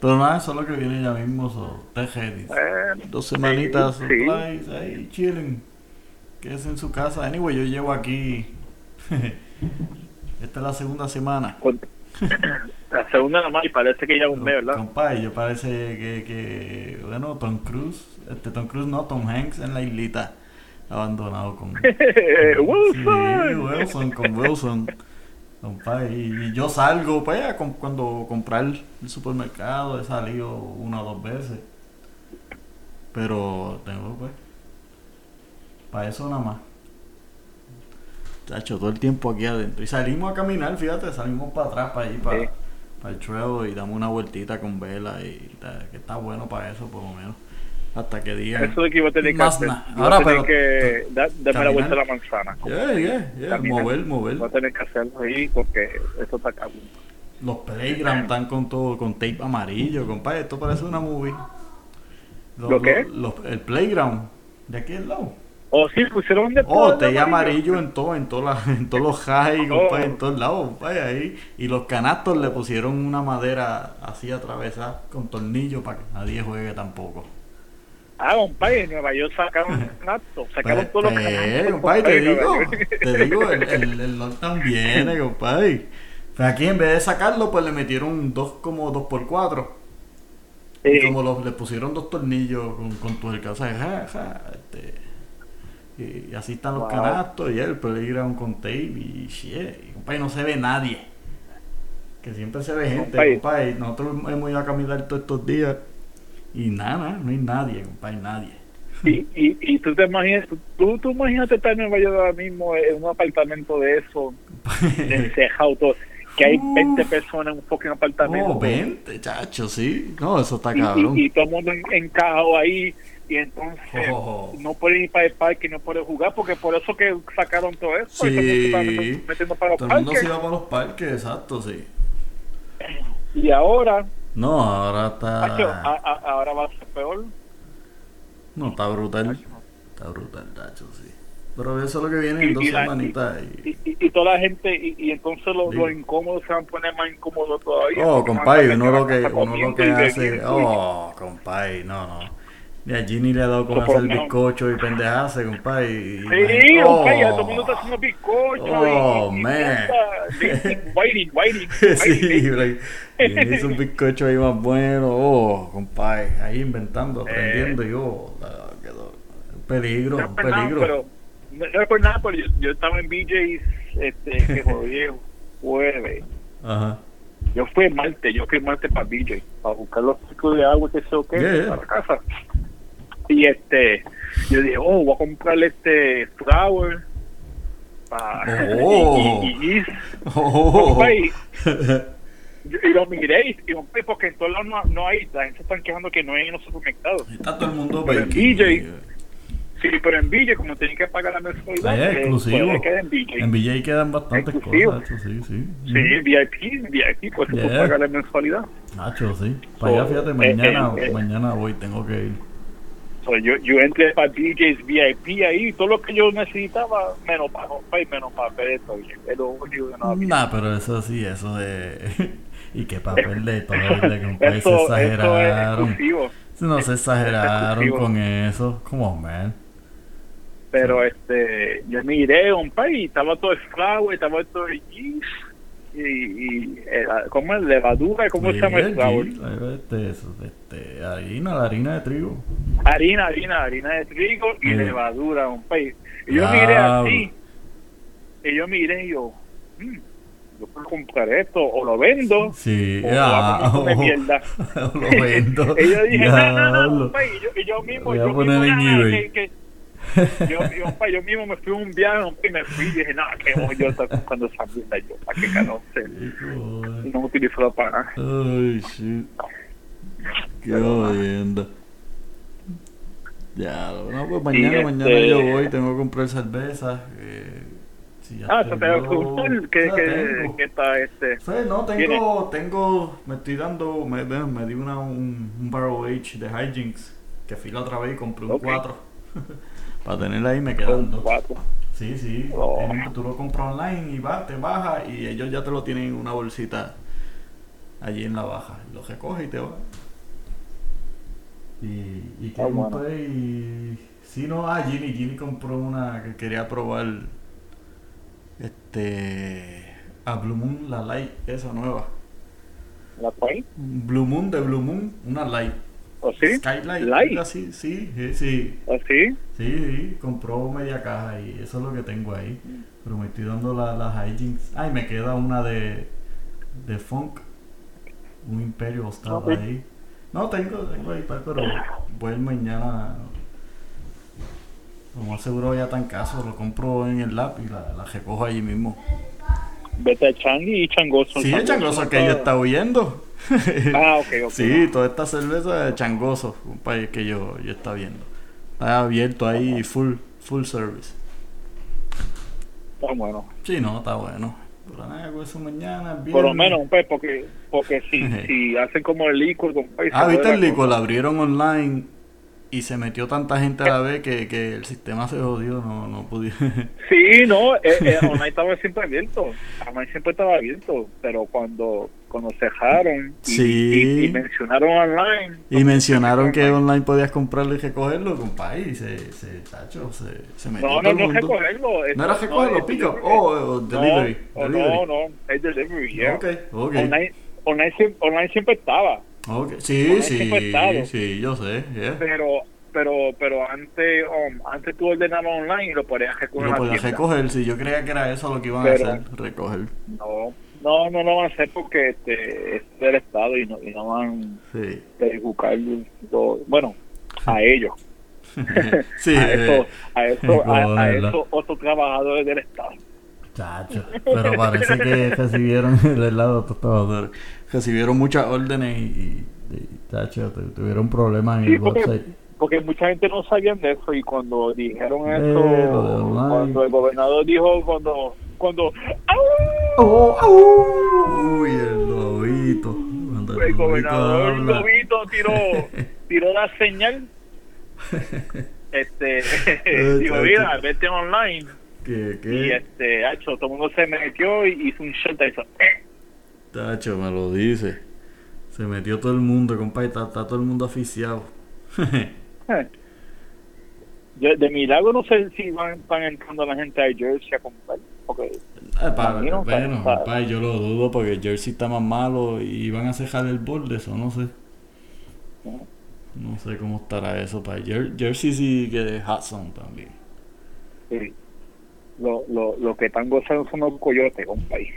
[SPEAKER 2] Pero nada, eso es lo que viene ya mismo. So, teje,
[SPEAKER 1] Eh,
[SPEAKER 2] dos semanitas,
[SPEAKER 1] sí.
[SPEAKER 2] supplies, ahí chillen. Quédense en su casa. Anyway, yo llevo aquí. Esta es la segunda semana.
[SPEAKER 1] con- la segunda nomás y parece que ya es un mes, ¿verdad?
[SPEAKER 2] Compadre, yo parece que, que, bueno, Tom Cruise, este Tom Cruise no, Tom Hanks en la islita, abandonado con Sí,
[SPEAKER 1] Wilson.
[SPEAKER 2] Wilson, con Wilson. Compadre, y, y yo salgo, pues, a com- cuando comprar el supermercado, he salido una o dos veces. Pero tengo, pues, para eso nada más. Chacho, todo el tiempo aquí adentro. Y salimos a caminar, fíjate, salimos para atrás, para allí, para,
[SPEAKER 1] Sí.
[SPEAKER 2] para el trail y damos una vueltita con vela y ta- que está bueno para eso, por lo menos. Hasta que digan.
[SPEAKER 1] Eso de que iba a tener que
[SPEAKER 2] Más
[SPEAKER 1] hacer.
[SPEAKER 2] nada.
[SPEAKER 1] Iba
[SPEAKER 2] Ahora,
[SPEAKER 1] a tener
[SPEAKER 2] pero-
[SPEAKER 1] que da- darme la
[SPEAKER 2] caminar.
[SPEAKER 1] vuelta a la manzana.
[SPEAKER 2] Yeah, yeah, yeah,
[SPEAKER 1] Caminar.
[SPEAKER 2] Mover, mover.
[SPEAKER 1] Voy a tener que hacerlo ahí porque eso está cabrón.
[SPEAKER 2] Los playgrounds están con todo, con tape amarillo, compadre. Esto parece una movie. Los-
[SPEAKER 1] ¿Lo qué?
[SPEAKER 2] los- los- el playground de aquí al lado.
[SPEAKER 1] O sí, pusieron de
[SPEAKER 2] Oh,
[SPEAKER 1] todo.
[SPEAKER 2] tape
[SPEAKER 1] de
[SPEAKER 2] amarillo en todo, en todas las- en todos los high,
[SPEAKER 1] Oh.
[SPEAKER 2] compadre, en todos lados, compadre, ahí. Y los canastos le pusieron una madera así atravesada con tornillo para que nadie juegue tampoco.
[SPEAKER 1] Ah, compadre, en Nueva York sacaron canastos. Sacaron
[SPEAKER 2] Pe-
[SPEAKER 1] todos los
[SPEAKER 2] pe-
[SPEAKER 1] canastos.
[SPEAKER 2] Pues,
[SPEAKER 1] ¿eh?
[SPEAKER 2] compadre, eh, te
[SPEAKER 1] en Nueva
[SPEAKER 2] digo,
[SPEAKER 1] York.
[SPEAKER 2] te digo, el, el, el lockdown viene, compadre. Pero aquí en vez de sacarlo, pues le metieron dos como dos por cuatro. Y
[SPEAKER 1] Sí,
[SPEAKER 2] como los, le pusieron dos tornillos con, con tuerca, o sea, ja, ja, este, y, y así están los
[SPEAKER 1] Wow.
[SPEAKER 2] canastos y el playground con tape y shit. Y, compadre, no se ve nadie. Que siempre se ve gente,
[SPEAKER 1] Compadre.
[SPEAKER 2] compadre. Nosotros hemos ido a caminar todos estos días y nada, nada, no hay nadie, compadre, nadie.
[SPEAKER 1] y, y, y tú te imaginas, tú, tú imagínate estar en Nueva York ahora mismo eh, en un apartamento de eso, de encejado todo, que hay
[SPEAKER 2] Uf.
[SPEAKER 1] 20 personas en un fucking apartamento.
[SPEAKER 2] Uh. Oh, 20, chacho, sí. No, eso está
[SPEAKER 1] y,
[SPEAKER 2] cabrón.
[SPEAKER 1] y, y todo el mundo en- encajado ahí y entonces eh,
[SPEAKER 2] Oh.
[SPEAKER 1] no puede ir para el parque no puede jugar porque por eso que sacaron todo eso y todo el mundo se
[SPEAKER 2] Sí.
[SPEAKER 1] está metiendo para los
[SPEAKER 2] Todo el mundo
[SPEAKER 1] parques
[SPEAKER 2] se iba para los parques, exacto, sí.
[SPEAKER 1] y ahora
[SPEAKER 2] No, ahora
[SPEAKER 1] macho, a-
[SPEAKER 2] está.
[SPEAKER 1] a- ahora va a ser peor
[SPEAKER 2] No, está brutal.
[SPEAKER 1] macho.
[SPEAKER 2] Está brutal, chacho, sí. Pero eso es lo que viene
[SPEAKER 1] Y-
[SPEAKER 2] en dos
[SPEAKER 1] y la-
[SPEAKER 2] semanitas. y-
[SPEAKER 1] y, y- y toda la gente y, y entonces los,
[SPEAKER 2] Digo.
[SPEAKER 1] los incómodos se van a poner más incómodos todavía
[SPEAKER 2] Oh,
[SPEAKER 1] Porque van a
[SPEAKER 2] compadre,
[SPEAKER 1] estar
[SPEAKER 2] uno
[SPEAKER 1] en la
[SPEAKER 2] lo que,
[SPEAKER 1] casa
[SPEAKER 2] uno lo
[SPEAKER 1] comiendo
[SPEAKER 2] que
[SPEAKER 1] y
[SPEAKER 2] hace.
[SPEAKER 1] bebiendo y-
[SPEAKER 2] Oh, compadre, no, no. Ni a Ginny le ha dado con
[SPEAKER 1] Pero por
[SPEAKER 2] hacer
[SPEAKER 1] lo menos-
[SPEAKER 2] bizcocho y pendejarse, compadre. y- y-
[SPEAKER 1] Sí,
[SPEAKER 2] oh.
[SPEAKER 1] ok, ya todo el mundo está haciendo bizcocho.
[SPEAKER 2] Oh,
[SPEAKER 1] y, y- y
[SPEAKER 2] man.
[SPEAKER 1] mierda, sí, y Whiting, whiting,
[SPEAKER 2] sí,
[SPEAKER 1] whiting.
[SPEAKER 2] Blake. Y hizo un bizcocho ahí más bueno. Oh, compadre. Ahí inventando,
[SPEAKER 1] Eh.
[SPEAKER 2] aprendiendo. Y oh, la- quedó. Un peligro,
[SPEAKER 1] No es
[SPEAKER 2] un
[SPEAKER 1] por nada,
[SPEAKER 2] peligro.
[SPEAKER 1] pero, no no es por nada, pero yo, yo estaba en BJ's, este, que jodido, jueves.
[SPEAKER 2] Ajá.
[SPEAKER 1] Yo fui el martes, yo fui el martes para BJ, para buscar los ciclos de agua, que sé o qué,
[SPEAKER 2] Yeah, yeah.
[SPEAKER 1] para la casa. Y este, yo dije, oh, voy a comprarle este flower para
[SPEAKER 2] Oh.
[SPEAKER 1] y, y, y yeast.
[SPEAKER 2] Oh,
[SPEAKER 1] Compadre, Yo- y lo miré y, y, hombre, porque en todos lados no, no hay, la gente está quejando que no hay en los supermercados.
[SPEAKER 2] Está todo el mundo
[SPEAKER 1] Pero el
[SPEAKER 2] baking.
[SPEAKER 1] DJ, Sí, pero en Villa, como tienen que pagar la mensualidad,
[SPEAKER 2] Ahí es
[SPEAKER 1] eh,
[SPEAKER 2] exclusivo.
[SPEAKER 1] pues, queda en Villa.
[SPEAKER 2] En BJ quedan bastantes
[SPEAKER 1] Exclusivo.
[SPEAKER 2] cosas, chacho, sí, sí.
[SPEAKER 1] Sí, VIP, VIP, pues se
[SPEAKER 2] Yeah.
[SPEAKER 1] puede pagar la mensualidad.
[SPEAKER 2] Nacho, sí. Para allá,
[SPEAKER 1] So,
[SPEAKER 2] fíjate,
[SPEAKER 1] eh,
[SPEAKER 2] mañana,
[SPEAKER 1] eh, eh.
[SPEAKER 2] mañana voy, tengo que ir.
[SPEAKER 1] So, yo, yo entré para DJs VIP ahí, todo lo que yo necesitaba, menos para y menos papel, esto, oye, es lo único que no había.
[SPEAKER 2] Nah, pero eso sí, eso de. y qué papel de toile, compadre. Se
[SPEAKER 1] Eso, eso es
[SPEAKER 2] exageraron.
[SPEAKER 1] exclusivo,
[SPEAKER 2] No se exageraron
[SPEAKER 1] exclusivo.
[SPEAKER 2] con eso. Come on, man.
[SPEAKER 1] pero este, yo miré un país, estaba todo el flower, estaba todo el yeast, y, y eh, ¿cómo es? Levadura, ¿cómo se llama el
[SPEAKER 2] Bien,
[SPEAKER 1] flour?
[SPEAKER 2] sí, la- este, eso, este, harina, la harina de trigo.
[SPEAKER 1] harina, harina, harina de trigo y
[SPEAKER 2] Sí.
[SPEAKER 1] levadura, un país. Y yo miré
[SPEAKER 2] Mm. Diablo.
[SPEAKER 1] así, y yo miré y yo, "Mm, yo puedo comprar esto o lo vendo.
[SPEAKER 2] Sí, ah,
[SPEAKER 1] O Oh, vamos a comer mierda.
[SPEAKER 2] lo vendo.
[SPEAKER 1] y yo dije, no, no, no,
[SPEAKER 2] Diablo.
[SPEAKER 1] compa", y yo, y yo mismo,
[SPEAKER 2] Voy a
[SPEAKER 1] yo
[SPEAKER 2] poner
[SPEAKER 1] mismo,
[SPEAKER 2] en
[SPEAKER 1] nada,
[SPEAKER 2] eBay.
[SPEAKER 1] que- que- yo, yo, compa, yo mismo me fui a un viaje compa, y me fui y dije, no, que voy yo estar comprando esa mierda yo, para que carajo se-
[SPEAKER 2] Ay,
[SPEAKER 1] no utilizo para nada.
[SPEAKER 2] Ay, shit. Qué
[SPEAKER 1] Pero,
[SPEAKER 2] jodienda. Ya, no, pues mañana,
[SPEAKER 1] este-
[SPEAKER 2] mañana yo voy, tengo que comprar cerveza. eh, Sí, ya
[SPEAKER 1] Ah, eso te va a
[SPEAKER 2] tengo-
[SPEAKER 1] preguntar que,
[SPEAKER 2] ya
[SPEAKER 1] que,
[SPEAKER 2] tengo.
[SPEAKER 1] que está este.
[SPEAKER 2] Sí, no, tengo,
[SPEAKER 1] ¿Tienes?
[SPEAKER 2] tengo, me estoy dando, me, me- me di una, un, un Barrel Age de Hijinks que fui la otra vez y compré un
[SPEAKER 1] Ok.
[SPEAKER 2] 4. Para tenerla ahí me quedan
[SPEAKER 1] Con
[SPEAKER 2] dos.
[SPEAKER 1] cuatro.
[SPEAKER 2] Sí, sí,
[SPEAKER 1] Oh.
[SPEAKER 2] tienes- tú lo compras online y va, te baja y ellos ya te lo tienen en una bolsita allí en la baja. Lo recoges y te va. Y, y que
[SPEAKER 1] Ah, bueno.
[SPEAKER 2] compré y... Sí, no, ah, Ginny, Ginny compró una que quería probar este... A Blue Moon, la light, esa nueva.
[SPEAKER 1] ¿La cual?
[SPEAKER 2] Blue Moon de Blue Moon, una light.
[SPEAKER 1] ¿O sí?
[SPEAKER 2] Skylight.
[SPEAKER 1] Light.
[SPEAKER 2] algo así, sí, sí, sí.
[SPEAKER 1] ¿O sí?
[SPEAKER 2] Sí, sí, compró media caja y eso es lo que tengo ahí.
[SPEAKER 1] Mm.
[SPEAKER 2] Pero me estoy dando la- las hijinks. Ay, me queda una de, de funk. Un imperio estaba
[SPEAKER 1] Ok.
[SPEAKER 2] ahí. No, tengo, tengo ahí, pa, pero voy a ir mañana. Lo más seguro ya tan caso, lo compro en el lab y la, la recojo allí mismo.
[SPEAKER 1] Vete a Changi y Changoso.
[SPEAKER 2] Sí, el changoso que yo estaba huyendo.
[SPEAKER 1] Ah, ok, ok.
[SPEAKER 2] Sí, toda esta cerveza de changoso, un país que yo, yo estaba viendo. Está abierto ahí, full, full service.
[SPEAKER 1] Está bueno.
[SPEAKER 2] Sí, no, está bueno. Pero nada, hago eso mañana. viernes.
[SPEAKER 1] Por lo menos, pues, porque, porque si,
[SPEAKER 2] Ujú.
[SPEAKER 1] si hacen como el licor, compadre.
[SPEAKER 2] Ah,
[SPEAKER 1] se
[SPEAKER 2] ¿viste
[SPEAKER 1] puede
[SPEAKER 2] el
[SPEAKER 1] la
[SPEAKER 2] lico? La abrieron online y se metió tanta gente a la vez que, que el sistema se jodió, no, no podía.
[SPEAKER 1] cosa. Sí, no, eh, eh, online estaba siempre abierto. Online siempre estaba abierto. Pero cuando, cuando cerraron y,
[SPEAKER 2] Sí.
[SPEAKER 1] y- y mencionaron online.
[SPEAKER 2] Y mencionaron que online podías comprarlo y recogerlo, compadre, y se, se, tacho, se, se metió
[SPEAKER 1] No,
[SPEAKER 2] todo
[SPEAKER 1] no,
[SPEAKER 2] el
[SPEAKER 1] no
[SPEAKER 2] mundo.
[SPEAKER 1] recogerlo.
[SPEAKER 2] ¿No era recogerlo,
[SPEAKER 1] es
[SPEAKER 2] pick up?
[SPEAKER 1] delivery.
[SPEAKER 2] Oh, oh,
[SPEAKER 1] No,
[SPEAKER 2] delivery,
[SPEAKER 1] oh,
[SPEAKER 2] delivery.
[SPEAKER 1] No, no, es delivery, yeah.
[SPEAKER 2] Ok, ok.
[SPEAKER 1] Online, online, siem- online siempre estaba.
[SPEAKER 2] Ok,
[SPEAKER 1] Online
[SPEAKER 2] Sí,
[SPEAKER 1] siempre ha
[SPEAKER 2] sí,
[SPEAKER 1] estado.
[SPEAKER 2] sí, yo sé. yeah.
[SPEAKER 1] pero pero pero antes um, antes tú ordenabas online y lo podías recoger
[SPEAKER 2] Lo
[SPEAKER 1] en la
[SPEAKER 2] podías
[SPEAKER 1] tienda.
[SPEAKER 2] recoger, si yo creía que era eso lo que iban
[SPEAKER 1] Pero-
[SPEAKER 2] a hacer, recoger.
[SPEAKER 1] no no no lo van a hacer porque este es del estado y no y no van
[SPEAKER 2] Sí.
[SPEAKER 1] a perjudicar lo- bueno a ellos
[SPEAKER 2] sí,
[SPEAKER 1] a
[SPEAKER 2] eh,
[SPEAKER 1] esos a esos a, a
[SPEAKER 2] joderla.
[SPEAKER 1] esos otros trabajadores del estado
[SPEAKER 2] Chacho, pero parece que recibieron el helado tostador. Recibieron muchas órdenes y, y- y, chacho, tu- tuvieron problemas en
[SPEAKER 1] Sí,
[SPEAKER 2] el
[SPEAKER 1] porque-
[SPEAKER 2] website.
[SPEAKER 1] porque mucha gente no sabía de eso y cuando dijeron
[SPEAKER 2] Eh,
[SPEAKER 1] eso
[SPEAKER 2] lo de online.
[SPEAKER 1] cuando el gobernador dijo cuando cuando ¡Au!
[SPEAKER 2] ¡Oh,
[SPEAKER 1] oh!
[SPEAKER 2] au! Uy, el lobito. Cuando
[SPEAKER 1] el gobernador
[SPEAKER 2] Oh, habla.
[SPEAKER 1] Lobito tiró tiró la señal este
[SPEAKER 2] Eh,
[SPEAKER 1] digo
[SPEAKER 2] chacho. Eh.
[SPEAKER 1] mira vete online
[SPEAKER 2] ¿Qué,
[SPEAKER 1] y
[SPEAKER 2] qué?
[SPEAKER 1] este hacho todo el mundo se metió y hizo un shot de eso Eh,
[SPEAKER 2] Tacho, me lo dice. Se metió todo el mundo, compadre. Está, está todo el mundo aficiado.
[SPEAKER 1] eh. Yo- de milagro no sé si van, van entrando la gente a Jersey a comprar porque
[SPEAKER 2] Ah, pa-
[SPEAKER 1] A mí no,
[SPEAKER 2] bueno,
[SPEAKER 1] pa- pa-
[SPEAKER 2] pa, yo lo dudo porque el jersey está más malo y van a cejar el borde, eso no sé.
[SPEAKER 1] No.
[SPEAKER 2] No sé cómo estará eso para Jersey sí que de Hudson también.
[SPEAKER 1] eh, lo, lo, lo que están gozando son los coyotes compadre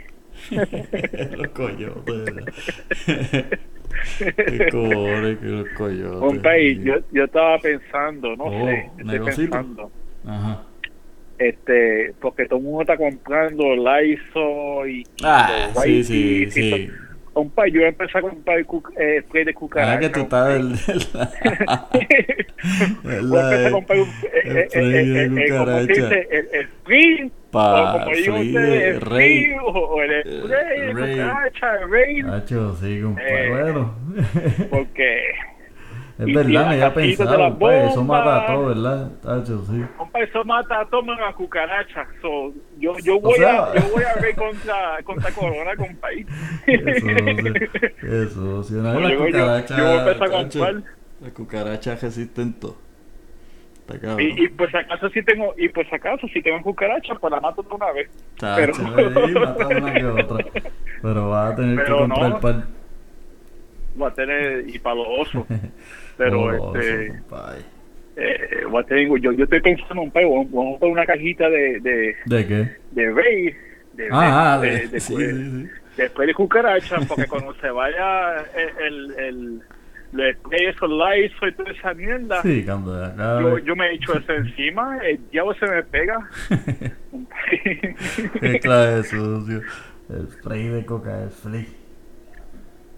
[SPEAKER 2] los coyotes. Qué cojones que los coyotes.
[SPEAKER 1] compadre yo, yo estaba pensando no
[SPEAKER 2] Oh,
[SPEAKER 1] sé estoy
[SPEAKER 2] negocito.
[SPEAKER 1] pensando
[SPEAKER 2] Ajá.
[SPEAKER 1] este porque todo el mundo está comprando Lysol y
[SPEAKER 2] Ah,
[SPEAKER 1] Los
[SPEAKER 2] sí, sí,
[SPEAKER 1] whiteys y
[SPEAKER 2] sí.
[SPEAKER 1] compa yo empecé a comprar cu- eh, spray de cucaracha
[SPEAKER 2] Ahora Ah, que tú estás
[SPEAKER 1] compa.
[SPEAKER 2] del. del-
[SPEAKER 1] Yo empecé a comprar un- eh,
[SPEAKER 2] el
[SPEAKER 1] eh, eh,
[SPEAKER 2] spray
[SPEAKER 1] eh,
[SPEAKER 2] de
[SPEAKER 1] eh, eh, como se
[SPEAKER 2] cucaracha.
[SPEAKER 1] dice, el- el spray
[SPEAKER 2] Pa,
[SPEAKER 1] o como digo
[SPEAKER 2] free
[SPEAKER 1] ustedes,
[SPEAKER 2] de
[SPEAKER 1] el
[SPEAKER 2] rey.
[SPEAKER 1] spray, o- o el
[SPEAKER 2] Eh,
[SPEAKER 1] spray de
[SPEAKER 2] rey.
[SPEAKER 1] cucaracha el rey
[SPEAKER 2] Nacho, sí, compadre.
[SPEAKER 1] Eh,
[SPEAKER 2] bueno,
[SPEAKER 1] porque
[SPEAKER 2] es
[SPEAKER 1] y
[SPEAKER 2] verdad,
[SPEAKER 1] tira
[SPEAKER 2] me había
[SPEAKER 1] cachitos de
[SPEAKER 2] pensado,
[SPEAKER 1] las
[SPEAKER 2] compadre. Eso
[SPEAKER 1] bombas.
[SPEAKER 2] mata a todo, ¿verdad? Nacho, sí.
[SPEAKER 1] compa eso mata toma la cucaracha so, yo yo voy
[SPEAKER 2] sea-
[SPEAKER 1] a yo voy a ver contra contra corona compa ahí.
[SPEAKER 2] Eso, sí. Eso, sí. Una vez
[SPEAKER 1] Yo-
[SPEAKER 2] la
[SPEAKER 1] yo- yo
[SPEAKER 2] cucaracha.
[SPEAKER 1] voy a empezar a
[SPEAKER 2] Nacho,
[SPEAKER 1] comprar.
[SPEAKER 2] La cucaracha resistente. Está cabrón.
[SPEAKER 1] Y, y pues acaso si tengo, y pues acaso si tengo cucaracha, pues la mato de una vez.
[SPEAKER 2] Está
[SPEAKER 1] pero-
[SPEAKER 2] chévere, ahí mata una que otra. Pero vas a tener
[SPEAKER 1] Pero
[SPEAKER 2] que comprar
[SPEAKER 1] no.
[SPEAKER 2] pan.
[SPEAKER 1] Voy a tener, y para los osos. Pero
[SPEAKER 2] Oh,
[SPEAKER 1] este,
[SPEAKER 2] sí, compadre.
[SPEAKER 1] eh, voy a tener, yo, yo estoy pensando un pego, vamos a comprar una cajita de, de,
[SPEAKER 2] ¿De qué?
[SPEAKER 1] de rey, de,
[SPEAKER 2] Ah, ah,
[SPEAKER 1] de,
[SPEAKER 2] de-
[SPEAKER 1] de- pues,
[SPEAKER 2] sí,
[SPEAKER 1] de-
[SPEAKER 2] sí, sí.
[SPEAKER 1] de spray de cucaracha, porque cuando se vaya el, el, el, el spray, esos Lysol y toda esa mierda,
[SPEAKER 2] Sí, cuando de acá.
[SPEAKER 1] yo, yo me echo eso encima, el diablo se me pega.
[SPEAKER 2] Qué clase de sucio. El spray de coca, el flick.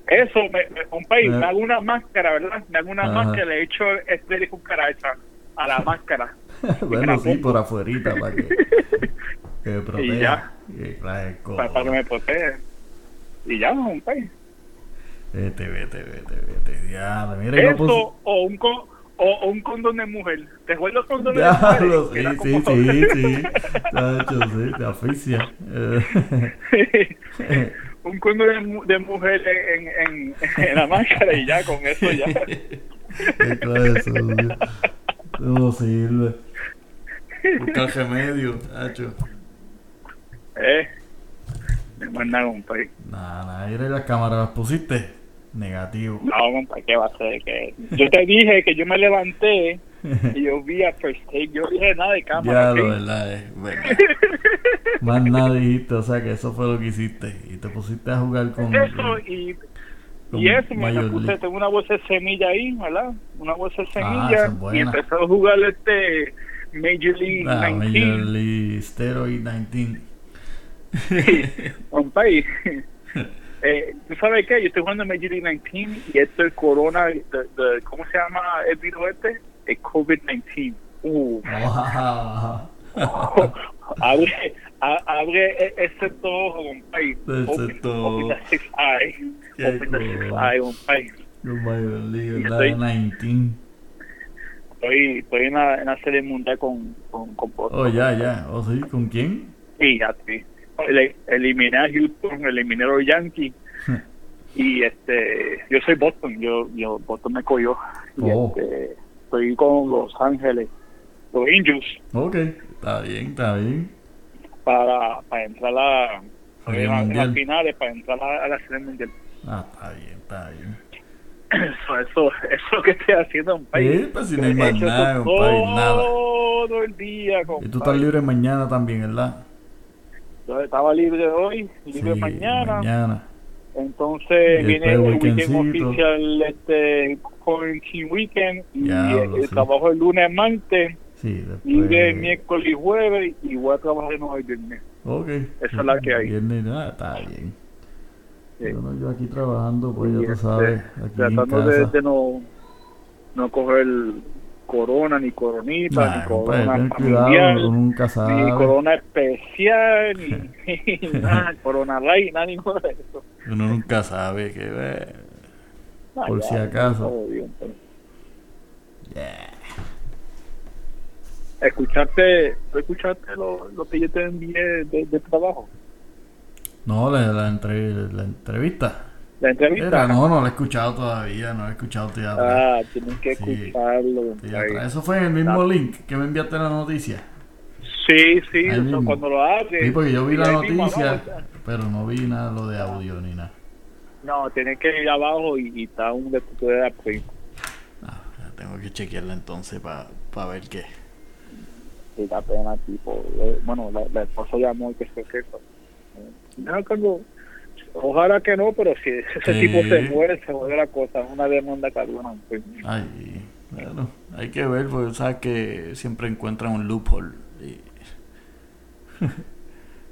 [SPEAKER 1] Eso, me, me- compadre,
[SPEAKER 2] Ah.
[SPEAKER 1] me hago una máscara, ¿verdad? Me hago una
[SPEAKER 2] Ajá.
[SPEAKER 1] máscara, le echo spray de cucaracha a la máscara.
[SPEAKER 2] bueno, sí,
[SPEAKER 1] pongo.
[SPEAKER 2] por afuerita, para que. que me proteja.
[SPEAKER 1] Y ya.
[SPEAKER 2] Y, claro, codo.
[SPEAKER 1] para, para que me protege. Y ya, un país.
[SPEAKER 2] Vete, vete, vete, vete. Diablo, mira, yo
[SPEAKER 1] Eso
[SPEAKER 2] puse-
[SPEAKER 1] o un con, o, o un condón de mujer. ¿Te acuerdas los condones de mujer?
[SPEAKER 2] Diablo,
[SPEAKER 1] Que
[SPEAKER 2] sí,
[SPEAKER 1] era
[SPEAKER 2] sí,
[SPEAKER 1] como-
[SPEAKER 2] sí, sí. De hecho, sí, te asfixia. Eh,
[SPEAKER 1] un condón de, mu- de mujer en, en, en la máscara y ya, con eso ya.
[SPEAKER 2] Qué clase, Dios. No sirve. Buscar remedio, hacho.
[SPEAKER 1] Eh, no es más nada, compadre.
[SPEAKER 2] Nada, nada, mira, ¿y las cámaras las pusiste. Negativo.
[SPEAKER 1] No, compadre, ¿qué va a ser? ¿Qué? Yo te dije que yo me levanté y yo vi a First Take. Yo dije nada de cámara.
[SPEAKER 2] Ya lo
[SPEAKER 1] ¿sí?
[SPEAKER 2] verdad es. Venga. Más nada dijiste, o sea que eso fue lo que hiciste. Y te pusiste a jugar con.
[SPEAKER 1] Eso y,
[SPEAKER 2] con
[SPEAKER 1] y eso, me
[SPEAKER 2] Major
[SPEAKER 1] puse,
[SPEAKER 2] League.
[SPEAKER 1] tengo una voz de semilla ahí, ¿verdad? Una voz de
[SPEAKER 2] Ah,
[SPEAKER 1] semilla
[SPEAKER 2] esa es buena.
[SPEAKER 1] y empezó a jugar este Major League
[SPEAKER 2] Ah,
[SPEAKER 1] 19.
[SPEAKER 2] Major League Steroid 19.
[SPEAKER 1] un país. Eh, ¿Tú sabes qué? Yo estoy jugando Major League 19 y esto es Corona, the- the- ¿cómo se llama el virus este? El COVID-19. Uh,
[SPEAKER 2] Wow.
[SPEAKER 1] abre, a- abre e- ese todo, un país.
[SPEAKER 2] Ese
[SPEAKER 1] Open-
[SPEAKER 2] todo.
[SPEAKER 1] open the six eye.
[SPEAKER 2] Qué
[SPEAKER 1] Open the six
[SPEAKER 2] cool.
[SPEAKER 1] eye, un país.
[SPEAKER 2] Con Major League,
[SPEAKER 1] Y
[SPEAKER 2] ¿verdad?
[SPEAKER 1] estoy-
[SPEAKER 2] 19.
[SPEAKER 1] Estoy, estoy en, la, en la serie mundial con, con, con
[SPEAKER 2] Oh, ya, ya. Oh, sí, ¿con quién?
[SPEAKER 1] Sí, así. Ele- eliminé a Houston, eliminé a los Yankees.
[SPEAKER 2] Hmm.
[SPEAKER 1] y este, yo soy Boston, yo, yo Boston me cogió. Y
[SPEAKER 2] Oh.
[SPEAKER 1] este, estoy con Los Ángeles, los Indios,
[SPEAKER 2] Ok, está bien, está bien.
[SPEAKER 1] para, para entrar a, en
[SPEAKER 2] Al
[SPEAKER 1] la- en
[SPEAKER 2] Mundial.
[SPEAKER 1] las finales, para entrar a, a la serie mundial.
[SPEAKER 2] Ah, está bien, está bien.
[SPEAKER 1] Eso, eso, eso es lo que estoy haciendo en un país.
[SPEAKER 2] Eh, pues si no hay
[SPEAKER 1] He
[SPEAKER 2] más
[SPEAKER 1] hecho
[SPEAKER 2] nada,
[SPEAKER 1] eso
[SPEAKER 2] compadre, nada.
[SPEAKER 1] Todo el día,
[SPEAKER 2] Y tú estás
[SPEAKER 1] compadre.
[SPEAKER 2] libre mañana también, ¿verdad?
[SPEAKER 1] Yo estaba libre hoy, libre
[SPEAKER 2] Sí,
[SPEAKER 1] mañana.
[SPEAKER 2] mañana.
[SPEAKER 1] Entonces
[SPEAKER 2] Y
[SPEAKER 1] viene el
[SPEAKER 2] después
[SPEAKER 1] weekend
[SPEAKER 2] weekendcito.
[SPEAKER 1] oficial, este quarantine weekend, y
[SPEAKER 2] Ya,
[SPEAKER 1] el,
[SPEAKER 2] hablo,
[SPEAKER 1] el
[SPEAKER 2] sí.
[SPEAKER 1] trabajo el lunes, martes,
[SPEAKER 2] Sí,
[SPEAKER 1] y de
[SPEAKER 2] después.
[SPEAKER 1] miércoles y jueves, y voy a trabajar en hoy viernes.
[SPEAKER 2] Ok.
[SPEAKER 1] Esa es la que hay.
[SPEAKER 2] Viernes, ah, está bien.
[SPEAKER 1] Sí.
[SPEAKER 2] Bueno, yo aquí trabajando, pues
[SPEAKER 1] Y,
[SPEAKER 2] ya tú
[SPEAKER 1] este,
[SPEAKER 2] sabes. Aquí en
[SPEAKER 1] Tratando de,
[SPEAKER 2] casa.
[SPEAKER 1] de no, no coger corona, ni coronita,
[SPEAKER 2] Nah,
[SPEAKER 1] ni
[SPEAKER 2] compadre,
[SPEAKER 1] corona
[SPEAKER 2] ten cuidado,
[SPEAKER 1] familiar,
[SPEAKER 2] uno nunca
[SPEAKER 1] ni
[SPEAKER 2] sabe.
[SPEAKER 1] corona especial, ni, ni nada, corona light, nada, ninguno de eso.
[SPEAKER 2] Uno nunca sabe que. eh,
[SPEAKER 1] Ah,
[SPEAKER 2] Por si acaso.
[SPEAKER 1] todo bien, pero-
[SPEAKER 2] yeah.
[SPEAKER 1] Escuchaste, ¿tú escuchaste lo, lo que yo te envié de, de trabajo?
[SPEAKER 2] No, la, la, entre, la entrevista.
[SPEAKER 1] La entrevista.
[SPEAKER 2] Era, no, no la he escuchado todavía, no la he escuchado todavía.
[SPEAKER 1] Ah, tienen que
[SPEAKER 2] Sí.
[SPEAKER 1] escucharlo.
[SPEAKER 2] Sí,
[SPEAKER 1] ahí.
[SPEAKER 2] atrás. Eso fue en el mismo link que me enviaste la noticia.
[SPEAKER 1] Sí, sí,
[SPEAKER 2] Ahí
[SPEAKER 1] eso
[SPEAKER 2] mismo.
[SPEAKER 1] cuando lo haces.
[SPEAKER 2] Sí, porque yo vi
[SPEAKER 1] y
[SPEAKER 2] la
[SPEAKER 1] ahí mismo,
[SPEAKER 2] noticia,
[SPEAKER 1] ¿no?
[SPEAKER 2] pero no vi nada lo de audio ni nada.
[SPEAKER 1] No, tienes que ir abajo y, y está un detector de apoyo.
[SPEAKER 2] Ah, tengo que chequearla entonces para ver qué.
[SPEAKER 1] Y da pena, tipo. eh, Bueno, la, la esposa llamó y que se queja. Eh, No, Carlos, Ojalá que no, pero si ese
[SPEAKER 2] Sí.
[SPEAKER 1] tipo se muere, se muere la cosa. Es una demanda cardona. pues.
[SPEAKER 2] Ay, bueno, hay que ver, porque sabes que siempre encuentran un loophole y,